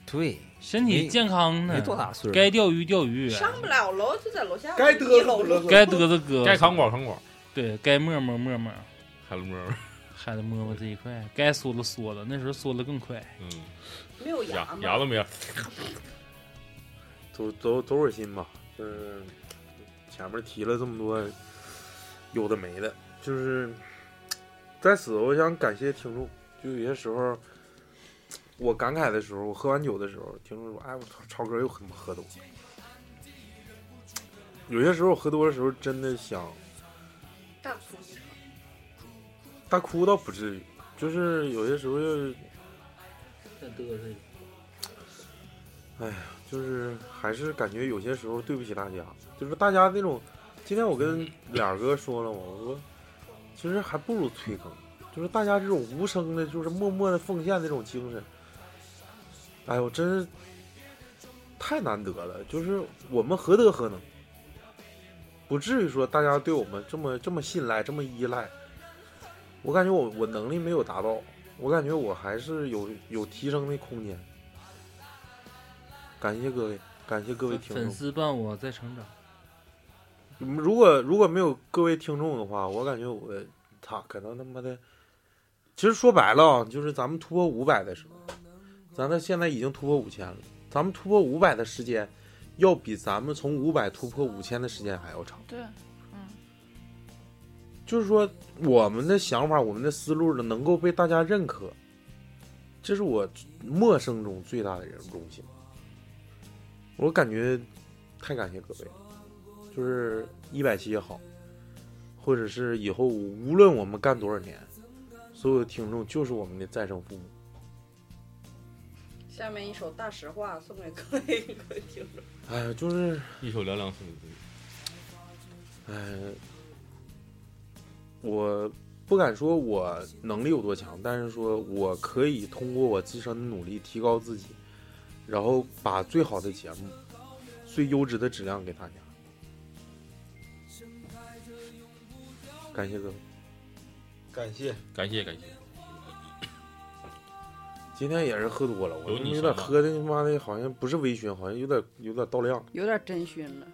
S8: 对，
S1: 身体健康呢，
S8: 没多大岁数
S1: 该钓鱼钓鱼，
S4: 上不了楼就在楼下，
S12: 该嘚瑟
S4: 一楼 <laughs>
S12: 嘚瑟
S1: 该啊嘚瑟嘚瑟，
S9: 该扛管扛管，
S1: 对该磨磨磨磨，
S9: 还有 <laughs> 摸摸，
S1: 还得摸摸这一块，该缩了缩了，那时候缩了更快。
S9: 嗯，
S4: 没有
S9: 牙
S5: 啊
S4: 牙吗？
S9: 牙都没有。
S3: 走走走会儿心吧，就是前面提了这么多有的没的，就是在此我想感谢听众，就有些时候我感慨的时候，我喝完酒的时候，听众说：“哎，我操，超哥又他妈喝多。”有些时候我喝多的时候，真的想
S4: 大哭一场。
S3: 大哭倒不至于，就是有些时候又
S1: 再嘚瑟
S3: 哎呀，就是还是感觉有些时候对不起大家，就是大家那种，今天我跟脸儿哥说了嘛，我说其实还不如催更，就是大家这种无声的，就是默默的奉献这种精神，哎呦，真是太难得了，就是我们何德何能，不至于说大家对我们这么这么信赖，这么依赖，我感觉我我能力没有达到，我感觉我还是有有提升的空间。感谢各位，感谢各位听
S1: 粉
S3: 众。
S1: 丝伴我在成长，
S3: 嗯如果如果没有各位听众的话，我感觉我他可能他妈的，其实说白了啊，就是咱们突破五百的时候，咱们现在已经突破五千了，咱们突破五百的时间，要比咱们从五百突破五千的时间还要长。
S2: 对，
S6: 嗯
S3: 就是说我们的想法、我们的思路能够被大家认可，这是我陌生中最大的人荣幸。我感觉太感谢各位了，就是一百期也好，或者是以后无论我们干多少年，所有的听众就是我们的再生父母。
S4: 下面一首大实话送给各位各位听众。
S3: 哎呀，就是
S9: 一首凉凉送给
S3: 哎，我不敢说我能力有多强，但是说我可以通过我自身的努力提高自己，然后把最好的节目、最优质的质量给大家。感谢各位，
S12: 感谢
S9: 感谢感谢，
S3: 今天也是喝多了，我
S9: 有你
S3: 有
S9: 什么
S3: 点喝的他妈的，好像不是微醺，好像有点有点到量，
S4: 有点真熏了，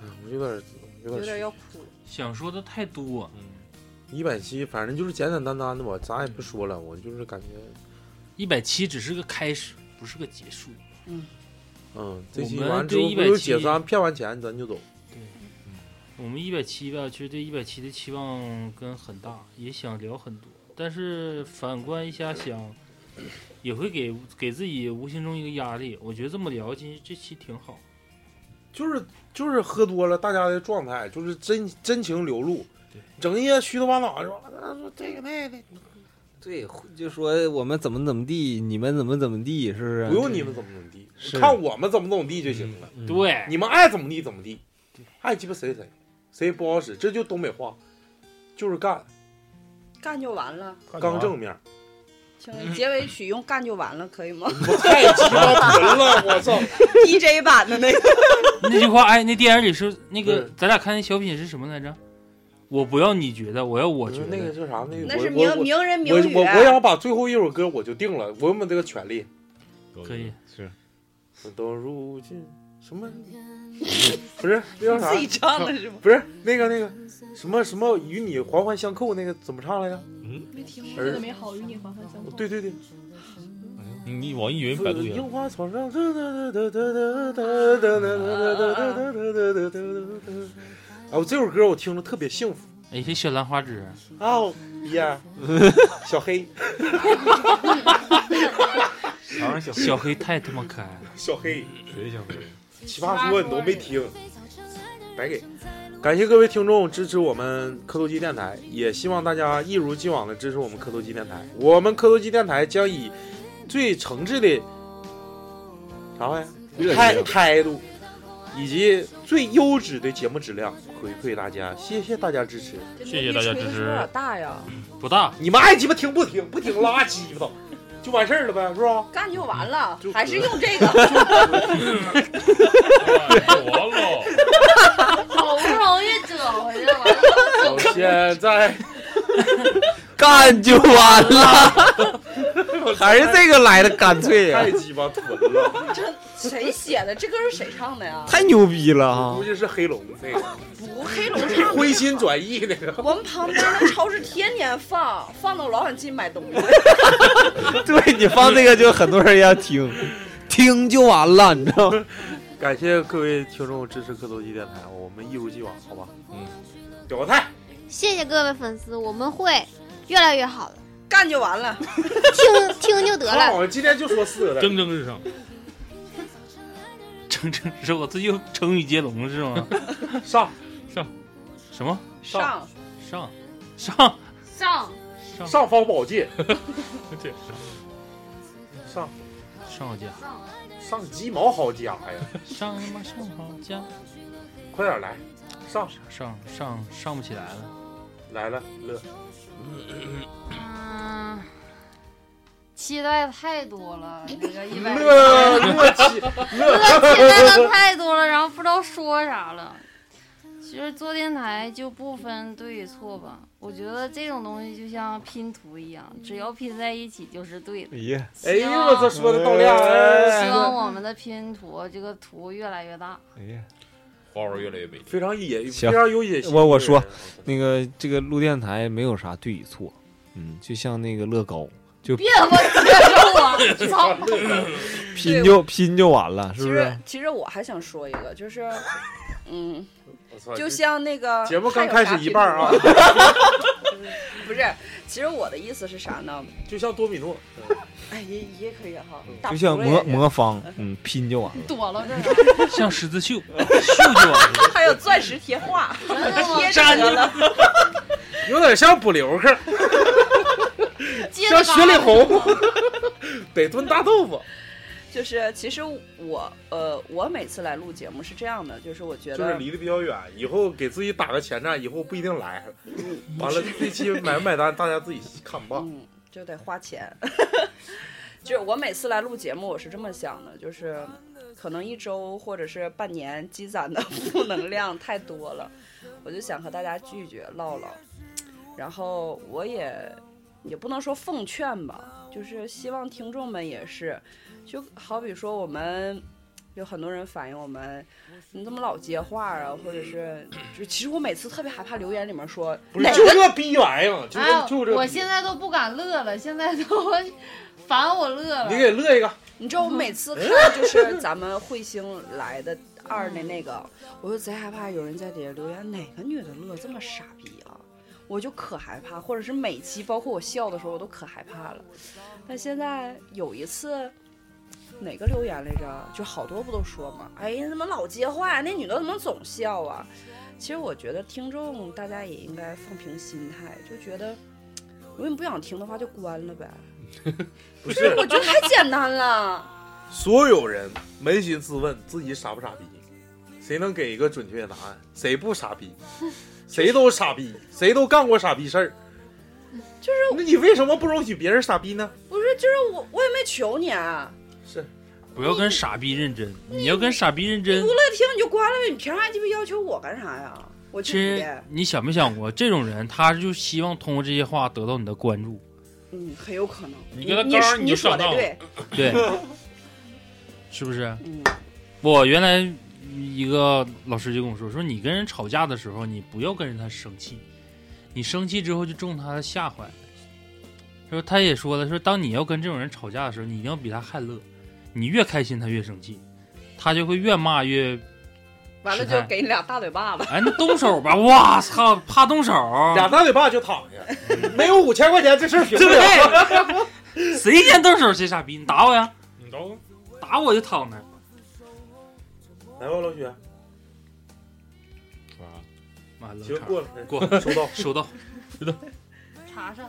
S3: 哎我有点有点
S4: 有点
S3: 虚
S4: 要哭了。
S1: 想说的太多，
S3: 嗯一百七，反正就是简简单单的吧，咱也不说了，我就是感觉，
S1: 一百七只是个开始，不是个结束。
S3: 嗯，这期
S1: 我们
S3: 完之
S1: 对
S3: 后不
S1: 170
S3: 就解散，骗完钱咱就走。
S9: 嗯
S1: 我们一百七吧，其实对一百七的期望跟很大，也想聊很多，但是反观一下想，也会给给自己无形中一个压力。我觉得这么聊，其实这期挺好。
S3: 就是就是喝多了，大家的状态就是真真情流露，整一些虚头巴脑说啊说这个那个，
S8: 对，就说我们怎么怎么地，你们怎么怎么地，是不是？
S3: 不用你们怎么怎么地，
S8: 是
S3: 看我们怎么怎么地就行了。
S1: 对
S3: 你们爱怎么地怎么地，爱鸡巴谁谁，谁不好使，这就东北话，就是干，
S4: 干就完了，
S3: 刚正面。
S4: 请结尾曲用“干就完了”可以吗？
S3: 嗯太鸡巴混了，我
S4: <laughs>
S3: 操！
S4: DJ
S6: <laughs>
S4: 版的那个，
S1: 那句话，哎，那电影里是那个，咱俩看那小品是什么来着？我不要你觉得，我要我觉得。
S3: 嗯那个叫啥？那个
S4: 那是
S3: 我我
S4: 名名人名
S3: 我
S4: 语啊
S3: 我我想把最后一首歌我就定了，我有没有这个权利？
S1: 可以
S9: 是。
S3: 到如今什么？不是那叫啥？
S4: 自己唱的是吗
S3: 不是那个那个什么什么与你环环相扣那个怎么唱来着？
S9: 嗯，
S11: 没听
S3: 儿
S11: 过，的美好与你环环相扣。
S3: 对对对，
S9: 哎你你网易云百度
S3: 樱
S9: 云，
S3: 花草上，哒哒哒哒哒哒哒哒哒哒哒哒哒哒啊，我这首歌我听着特别幸福
S1: 哎，这小兰花指，
S3: 啊！呀， <laughs> 小黑，
S1: 小黑太他妈可爱了。
S3: 小黑，
S9: 谁想
S3: 奇葩说你都没听，白给。感谢各位听众支持我们磕头机电台，也希望大家一如既往的支持我们磕头机电台。我们磕头机电台将以最诚挚的啥玩意
S9: 热
S3: 儿
S8: 啊
S9: 情
S3: 态态度，以及最优质的节目质量回馈大家。谢谢大家支持，
S9: 谢谢大家支持
S4: 有点大呀，
S9: 不大，
S3: 你们爱鸡巴听不听，不听拉鸡巴倒，就完事儿了呗，是吧？
S4: 干就完了，还是用这个。
S9: 完了，
S5: 好不容易整回来了，
S3: 我现 <laughs> 在
S8: 干就完 <laughs> 了，还是这个来的干脆呀、
S3: 太鸡巴囤了，
S4: <laughs> 这谁写的？这歌是谁唱的呀？
S8: 太牛逼了啊
S3: 估！计是黑龙那个。
S4: 不，黑龙唱的。
S3: 灰心转意那个，
S4: 我们旁边那超市天天放，放的我老想进去买东西。
S8: 对你放这个就很多人要
S3: <laughs>
S8: 听，听就完了，你知道吗？
S3: 感谢各位听众支持磕头机电台，我们一如既往，好吧？
S9: 嗯，
S3: 表个态，
S7: 谢谢各位粉丝，我们会越来越好的，
S4: 干就完了，
S7: <laughs> 听听就得
S3: 好，
S7: 了。
S3: 我今天就说四个 <laughs> 字，
S9: 蒸蒸
S1: <laughs>
S9: 日上。
S1: 成成是我这又成语接龙是吗？
S3: <laughs> 上
S1: 上什么
S4: 上
S1: 上上
S5: 上
S3: 上方宝 <laughs> 剑，
S9: 对，
S3: 上
S1: 上我家
S3: 上鸡毛好家呀！
S1: 上他妈上好家
S3: 快点来，上
S1: 上上上不起来了，
S3: 来了乐，
S5: 嗯，期待太多了，这个一百
S3: 乐乐期
S5: 乐期
S3: <laughs>
S5: 待的太多了，然后不知道说啥了。其实做电台就不分对与错吧，我觉得这种东西就像拼图一样，只要拼在一起就是对的。
S8: 哎呀，
S3: 哎呦我这说的到量
S5: 希望
S3: 哎，
S5: 我们的拼图这个图越来越大。
S8: 哎呀，
S9: 花儿越来越美。
S3: 非常野，非
S8: 行
S3: 常有野心。
S8: 我我说那个这个录电台没有啥对与错，嗯，就像那个乐高，就
S5: 别他妈接受我，操！
S8: 拼就拼就完了，是
S4: 其
S8: 不
S4: 实
S8: 是？
S4: 其实我还想说一个，就是，嗯，
S3: 我操
S4: 就像那个
S3: 节目刚开始一半儿啊， <laughs>
S4: 不是，其实我的意思是啥呢？
S3: 就像多米诺，
S4: <laughs>
S3: 嗯
S4: 哎，也也可以哈，大
S8: 就像
S4: 胡
S8: 魔
S4: 了也
S8: 魔方，嗯，拼就完了。
S5: 躲了
S8: <laughs>
S5: 这
S1: <laughs>
S5: 儿，
S1: 像十字绣绣就完了。
S4: 还有钻石贴画，贴这个了，
S3: <laughs> 有点像补流客，
S5: 接
S3: 像
S5: 着
S3: 雪里红， <laughs> 得炖大豆腐，
S4: 就是其实我呃，我每次来录节目是这样的，就是我觉
S3: <laughs> 就是
S4: 得
S3: 离得比较远，以后给自己打个前站，以后不一定来。完了，这期买不买单，大家自己看吧。
S4: 嗯，就得花钱。 <laughs> 就是我每次来录节目，我是这么想的，就是可能一周或者是半年积攒的 <laughs> 负能量太多了，我就想和大家拒绝唠唠。然后我也也不能说奉劝吧，就是希望听众们也是，就好比说我们有很多人反映我们，你怎么老接话啊，或者是就其实我每次特别害怕留言里面说
S3: 不是
S4: 哪，
S3: 就
S4: 个
S3: 这逼玩意儿，就
S4: 啊
S5: 哎
S3: 这
S5: 呀
S3: 就这。
S5: 啊我现在都不敢乐了，现在都烦我乐了。
S3: 你给乐一个，
S4: 你知道我每次看就是咱们彗星
S3: <laughs>
S4: 来的二的那个，我就贼害怕有人在底下留言哪个女的乐这么傻逼啊，我就可害怕，或者是每期包括我笑的时候我都可害怕了。但现在有一次。哪个留言来着？就好多不都说嘛，哎呀，怎么老接话？那女的怎么总笑啊？其实我觉得听众大家也应该放平心态，就觉得如果你不想听的话就关了呗。
S3: 不是
S4: 我觉得太简单了。
S3: <laughs> 所有人扪心自问，自己傻不傻逼？谁能给一个准确答案？谁不傻
S4: <laughs>
S3: 逼？谁都傻逼，谁都干过傻逼事儿。
S4: 就是
S3: 那你为什么不容许别人傻逼呢？
S4: 不是，就是我我也没求你、啊，
S3: 是，
S1: 不要跟傻逼认真，你要跟傻逼认
S4: 你
S1: 真
S4: 不，乐意听你就关了呗，你凭啥鸡巴要求我干啥呀？我
S1: 其
S4: 就
S1: 实你想没想过，这种人他就希望通过这些话得到你的关注，
S4: 嗯，很有可能。
S9: 你
S4: 你
S9: 跟他
S4: 你
S9: 刚儿
S4: 说
S9: 你就
S4: 你说
S9: 上
S4: 的
S9: 当了
S4: 对，
S1: 对，是不是？
S4: 嗯，
S1: 我原来一个老师就跟我说，说你跟人吵架的时候，你不要跟人他生气，你生气之后就中他的下怀。说他也说了，说当你要跟这种人吵架的时候，你一定要比他害乐，你越开心他越生气，他就会越骂越。
S4: 完了就给你俩大嘴巴子。
S1: 哎，那动手吧！哇操，怕动手，
S3: 俩大嘴巴就躺下，没有五千块钱这事儿学不
S1: 了。 <laughs> 谁先动手谁傻逼！你打我呀！
S10: 你找我，
S1: 打我就躺那儿。
S3: 来吧，老
S1: 啊
S3: 许。
S1: 完了，
S3: 行，过了，
S1: 过
S4: <laughs>
S3: 收到，
S1: 收到，
S10: 收到。
S5: 查查。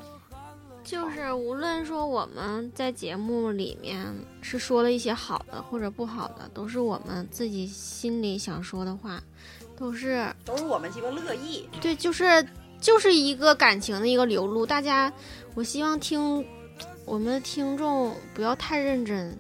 S7: 就是无论说我们在节目里面是说了一些好的或者不好的，都是我们自己心里想说的话，都是
S4: 都是我们鸡巴乐意。
S7: 对，就是就是一个感情的一个流露。大家，我希望听我们的听众不要太认真，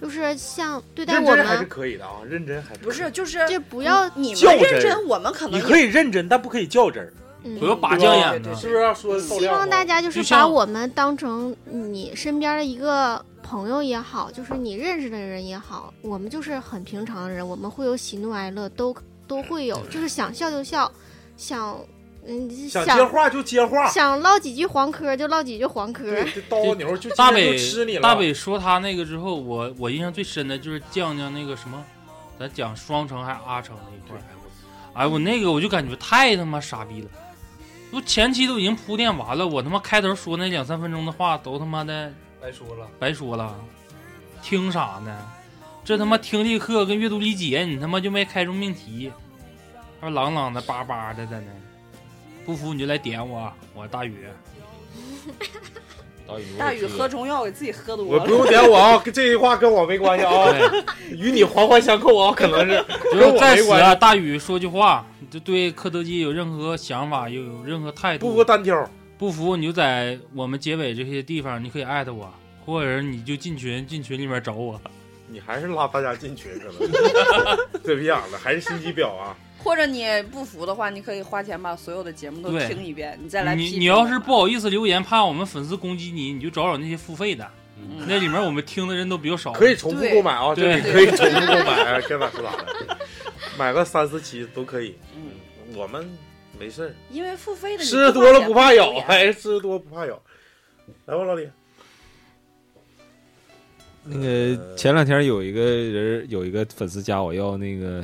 S7: 就是像对待
S3: 认
S7: 我
S3: 真还是
S7: 们，
S3: 可以的啊，认真还是
S4: 不是，就是
S7: 就不要
S4: 你
S3: 较
S4: 们
S3: 真
S4: 认
S3: 儿
S4: 真，我们可能
S3: 你
S4: 也
S3: 可以认真，但不可以较真儿，
S7: 嗯
S1: 不要拔将眼呢
S3: 是不是要说爆
S7: 希
S3: 料
S7: 望
S3: 吗
S7: 大家就是
S1: 就像
S7: 把我们当成你身边的一个朋友也好，就是你认识的人也好，我们就是很平常的人，我们会有喜怒哀乐，都都会有，就是想笑就笑，想嗯
S3: 想
S7: 想
S3: 接话就接话，
S7: 想唠几句黄嗑就唠几句黄嗑，
S3: 这刀牛就
S1: 大
S3: 今天
S1: 北
S3: 就吃你了。
S1: 大北说他那个之后，我我印象最深的就是酱酱那个什么，咱讲双城还是阿城那一块儿，哎我那个我就感觉太他妈傻逼了，都前期都已经铺垫完了，我他妈开头说那两三分钟的话都他妈的
S3: 白说了，
S1: 白说了，听啥呢？这他妈听力课跟阅读理解，你他妈就没开中命题，还朗朗的巴巴的在那，不服你就来点我，我大宇。
S10: 大宇
S4: 大宇喝中药给自己喝多
S3: 我
S4: 了。
S3: 不用点我啊，跟这
S1: <laughs>
S3: 句话跟我没关系啊， <laughs> 与你环环相扣啊，可能是
S1: 就
S3: 跟
S1: 是
S3: 我
S1: 在
S3: 没
S1: 此啊，
S3: 关系。
S1: 大宇说句话，你就对科德基有任何想法，有有任何态度，
S3: 不服单挑，
S1: 不服你就在我们结尾这些地方，你可以艾特我，或者你就进群，进群里面找我。
S3: 你还是拉大家进群可 <laughs> 能，这逼样子还是心机婊啊！
S4: <laughs> 或者你不服的话，你可以花钱把所有的节目都
S1: 对
S4: 听一遍，你再来批
S1: 你
S4: 评
S1: 你要是不好意思留言，怕我们粉丝攻击你，你就找找那些付费的，那里面我们听的人都比较少，
S3: 可以重复购买啊，这
S1: 哦对
S3: 里，可以重复购买 <laughs> 啊，该咋说咋的，买个三四期都可以。
S4: 嗯，
S3: 我们没事儿，
S4: 因为付费的你
S3: 吃多了不怕
S4: 花
S3: 咬，
S4: 钱不
S3: 还吃多不怕咬。来吧，老李，
S8: 那个前两天有一个人，有一个粉丝加我要那个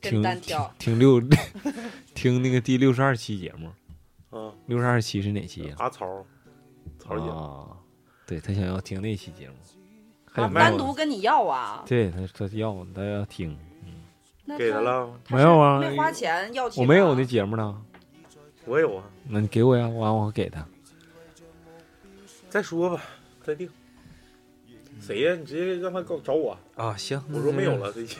S4: 跟
S8: 听
S4: 单
S8: 听
S4: 挑
S8: 听六 <laughs> 听那个第六十二期节目，
S3: 啊，
S8: 六十二期是哪期啊呀、
S3: 阿曹，
S4: 哦
S3: 曹姐，
S8: 啊，对他想要听那期节目，还
S4: 啊
S8: 有没有
S4: 单独跟你要啊？
S8: 对他他要他要听，
S4: 那
S3: 给他了
S10: 嗯
S3: 吗？
S8: 没有啊，
S4: 没花钱要啊钱
S8: 我没有那节目呢，
S3: 我有啊，
S8: 那你给我呀，完我给他。
S3: 再说吧，再定。谁呀？你直接让他告找我
S8: 啊！行，
S3: 我说没
S1: 嗯
S3: 有了，最近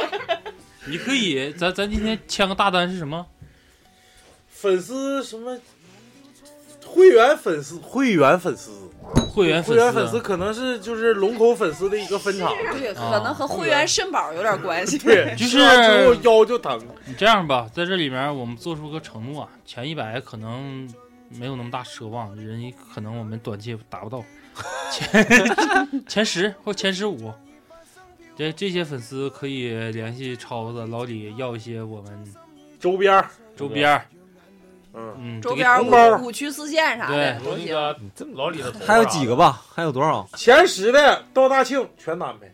S1: <laughs> 你可以，咱咱今天签个大单是什么？
S3: 粉丝什么会员粉丝，会员粉丝，
S1: 会员
S3: 会
S1: 粉丝啊
S3: 员粉丝可能是就是龙口粉丝的一个分厂，
S4: 对，可能
S1: 啊
S4: 和会员肾宝有点关系。
S3: 对，
S1: 就是
S3: 吃完之后腰就疼。
S1: 你这样吧，在这里面我们做出个承诺啊，前一百可能没有那么大奢望，人也可能我们短期也达不到，前 <laughs> 前十或前十五，这这些粉丝可以联系超子老李要一些我们
S3: 周边儿，
S1: 周边儿，
S3: 嗯，
S1: 嗯，
S4: 周
S1: 这个
S4: 边
S3: 红包
S4: 五五区四县啥的
S1: 对
S4: 都
S10: 那
S4: 行。
S10: 个老李的头啊
S8: 还有几个吧？还有多少？
S3: 前十的到大庆全安排，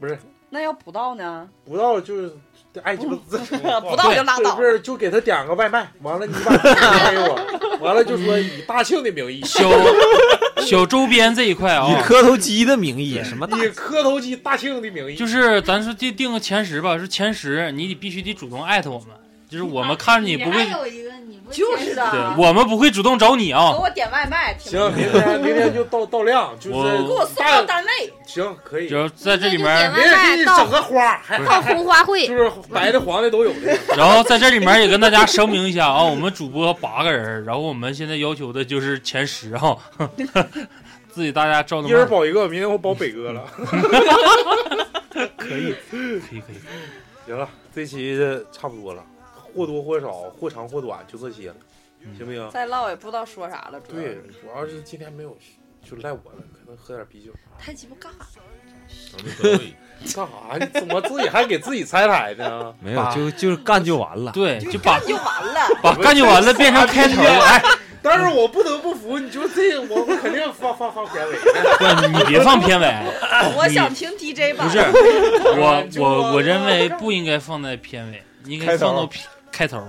S3: 不是
S4: 那要不到呢？
S3: 不到就是爱鸡巴，
S4: 嗯 <laughs> 不到就拉倒
S3: 不。是就给他点个外卖，完了你把钱给我，完了就
S1: 嗯
S3: 说以大庆的名义，
S1: 小小周边这一块啊、
S8: 以磕头机的名义，什么大
S3: 以磕头机大庆的名义，
S1: 就是咱说定定个前十吧，是前十，你得必须得主动艾特我们，就是我们看着你不会，
S5: 还有一个你不
S4: 就是的
S1: 对，我们不会主动找你啊、
S4: 给我点外卖，挺
S3: 行，明天明天就到到量，就
S1: 我
S4: 给我
S3: 是
S4: 送到单位。
S3: 行可以，
S1: 只要在这里面，
S7: 那就
S3: 明
S7: 点外
S3: 天
S7: 卖
S3: 给你
S7: 到
S3: 整个花，还
S7: 到红花会
S3: 就。是白的黄的都有
S1: <laughs>
S3: 的。
S1: 然后在这里面也跟大家声明一下啊，我们主播八个人，然后我们现在要求的就是前十啊， <laughs> 自己大家照着
S3: 一人
S1: 办。
S3: 保一个，明天我保北哥了。
S1: 可以，可以，可以。
S3: <laughs> 行了，这期差不多了，或多或少，或长
S1: 嗯
S3: 或短，就这些了，行不行？
S4: 再唠也不知道说啥了，主要
S3: 对，主要是今天没有就赖我了，可能喝点啤酒。
S4: 太鸡巴尬了，
S1: <laughs>
S3: 干啥？你怎么自己还给自己拆台呢？
S8: 没有，就就是干就完了。
S1: 对，就把
S4: 就完
S3: <laughs>
S4: 了。。
S1: 把干就完了变成开头了。哎，
S3: 但是我不得不服，你就这，我我肯定放放放片尾的。
S1: 不，你别放片尾
S4: <coughs> 我
S1: 你
S4: 想听 DJ
S3: <laughs>
S4: 版。
S1: 不是我
S4: <laughs>
S1: 我我认为不应该放在片尾，应该放到片开头。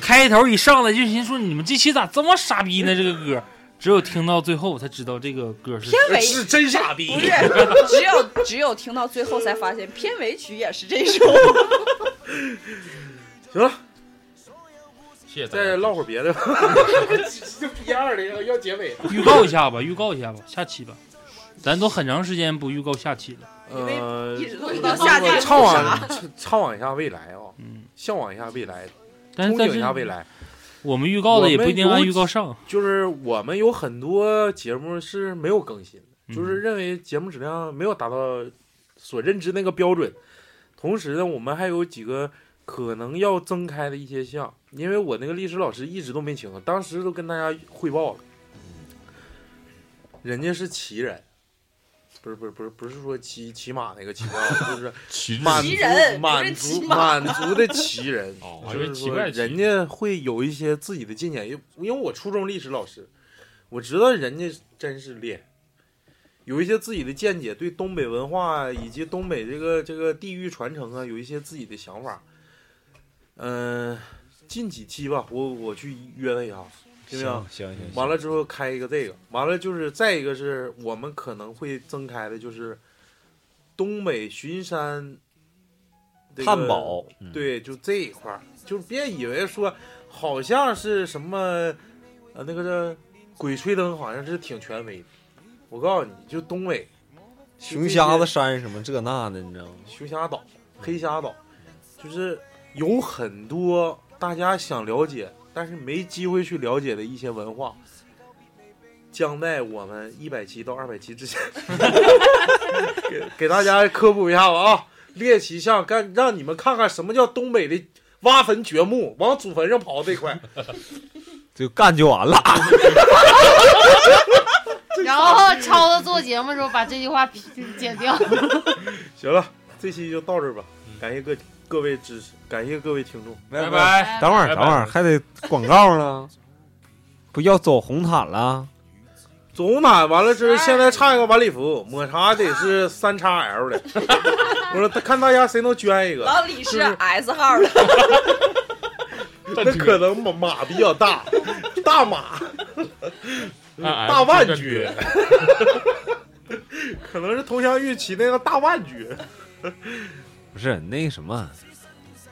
S1: 开头一上来就心说你们这期咋这么傻逼呢？这个歌，只有听到最后我才知道这个歌是
S4: 片尾
S3: 呃是真傻逼
S4: <laughs> 不是，只有只有听到最后才发现片尾曲也是这首。
S3: <laughs> 行了，
S9: 谢谢大
S3: 再
S9: 家。
S3: 唠会儿别
S1: <laughs>
S3: 的吧。就逼样的要要结尾了。
S1: 预告一下吧，预告一下吧，下期吧。咱都很长时间不预告下期了。
S3: 呃，
S4: 一直都不知道下届是啥
S3: 畅往畅往一下未来啊、向往一下未来，哦
S1: 但
S3: 憧
S1: 是嗯但
S3: 憬
S1: 是
S3: 一下未来。
S1: <laughs> 我们预告的也不一定按预告上。
S3: 就是我们有很多节目是没有更新
S1: 嗯
S3: 的，就是认为节目质量没有达到所认知那个标准。同时呢，我们还有几个可能要增开的一些项，因为我那个历史老师一直都没请，当时都跟大家汇报了，人家是旗人。不是不是不是不是说骑骑马那个骑
S9: <laughs>
S3: 马，就是
S9: 骑
S3: 满
S4: 骑
S3: 族
S4: 人不是
S3: 满
S4: 骑
S3: 族
S4: 马
S3: 满族的旗人，
S9: 哦我还
S3: 就
S9: 以为
S3: 是
S9: 奇
S3: 说
S9: 怪的骑
S3: 人家会有一些自己的见解，因因为我初中历史老师，我知道人家真是厉害，有一些自己的见解，对东北文化啊以及东北这个这个地域传承啊，有一些自己的想法。嗯、近几期吧，我我去约他一下，行不行？
S8: 行行行
S3: 完了之后开一个这个，完了就是再一个是我们可能会增开的，就是东北巡山、这个
S8: 探宝嗯
S3: 对，就这一块儿，就别以为说好像是什么呃那个是鬼吹灯，好像是挺权威的。我告诉你，就东北
S8: 熊瞎子山什么这那的，你知道吗？
S3: 熊瞎岛、黑瞎岛，就是有很多大家想了解，但是没机会去了解的一些文化，将在我们一百期到二百期之前， <laughs> 给给大家科普一下子啊，猎奇项，干让你们看看什么叫东北的挖坟掘墓，往祖坟上刨这块。
S8: 就干就完了。
S5: 然后超子做节目的时候把这句话 <laughs> 剪掉。
S3: 行了，这期就到这儿吧，感谢各各位支持，感谢各位听众，
S8: 拜拜等会儿，等会儿还得广告呢，不要走红毯了。
S3: 总满完了之后，现在差一个晚礼服，抹茶得是三叉 L
S8: <laughs>
S3: 的。我说，看大家谁能捐一个。
S4: 老李是
S3: 就
S4: S 号的，
S3: 那可能马马比较 <laughs> 大，大马，
S8: 啊
S3: 大腕撅， <laughs> 可能是佟湘玉骑那个大腕撅。
S8: 不是那个什么，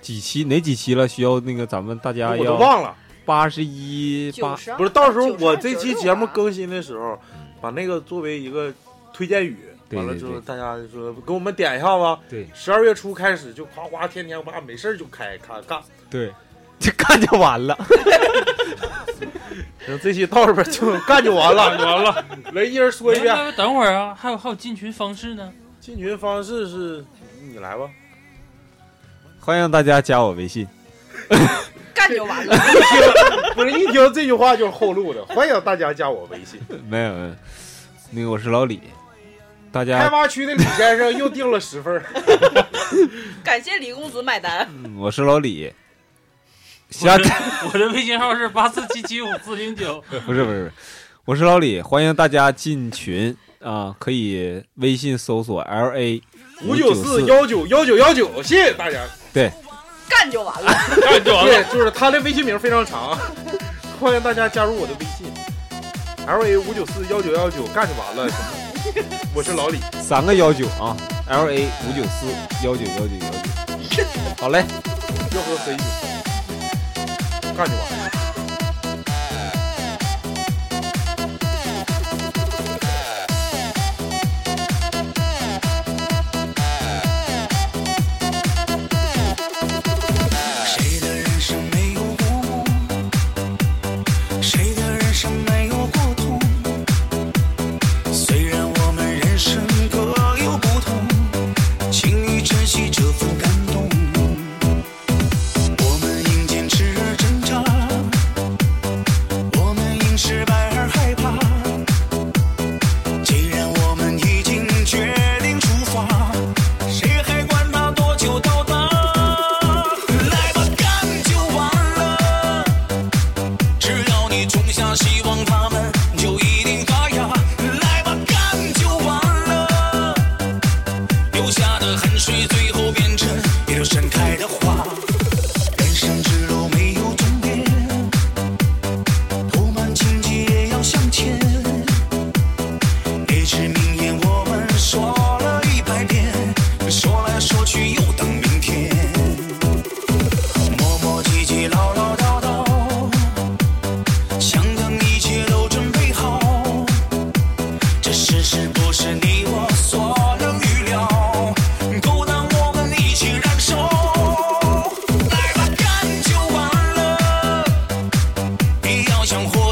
S8: 几期哪几期了？需要那个咱们大家
S3: 我都
S8: 要
S3: 忘了，
S8: 八十一八嗯
S3: 不是，到时候我这期节目更新的时候，把那个作为一个推荐语，
S8: 对
S3: 完了
S8: 对
S3: 之
S8: 对
S3: 后大家就说给我们点一下子。
S8: 对
S3: 十二月初开始就夸夸天天吧，没事儿就开干干。
S8: 对，就干就完了。
S3: 行，这期到这边就干就
S8: <laughs>
S3: 完了，完了。来，一人说一遍。
S1: 等会儿啊，还有还有进群方式呢。
S3: 进群方式是，你来吧。
S8: 欢迎大家加我微信。
S4: 干就完了。
S3: 不是一听这句话就是后路的，欢迎大家加我微
S8: <laughs>
S3: 信。
S8: 没有，没有那个我是老李，大
S3: 开
S8: 家
S3: 发区的李先生又订了十份儿，
S4: 感谢李公子买单，
S3: 嗯
S8: 嗯我是老李。下
S1: 我的微信号是八四七七五四零九。
S8: 不是不是不是，我是老李，欢迎大家进群啊，可以微信搜索 L A
S3: 五九四幺九幺九幺九，谢谢大家。
S8: 对，
S4: 干就完了。
S3: 干
S9: 就完了
S3: 对，就是他的微信名非常长，欢迎大家加入我的微信，L A 五九四幺九幺九，干就完了。我是老李，
S8: 三个幺九啊，L A 五九四幺九幺九幺九。好嘞，
S3: 要喝喝一酒，干就完了。
S13: 谁的人生没有孤独？谁的人生没有孤独？虽然我们人生各有不同，请你珍惜这份感动。我们迎坚持而挣扎，
S6: 想活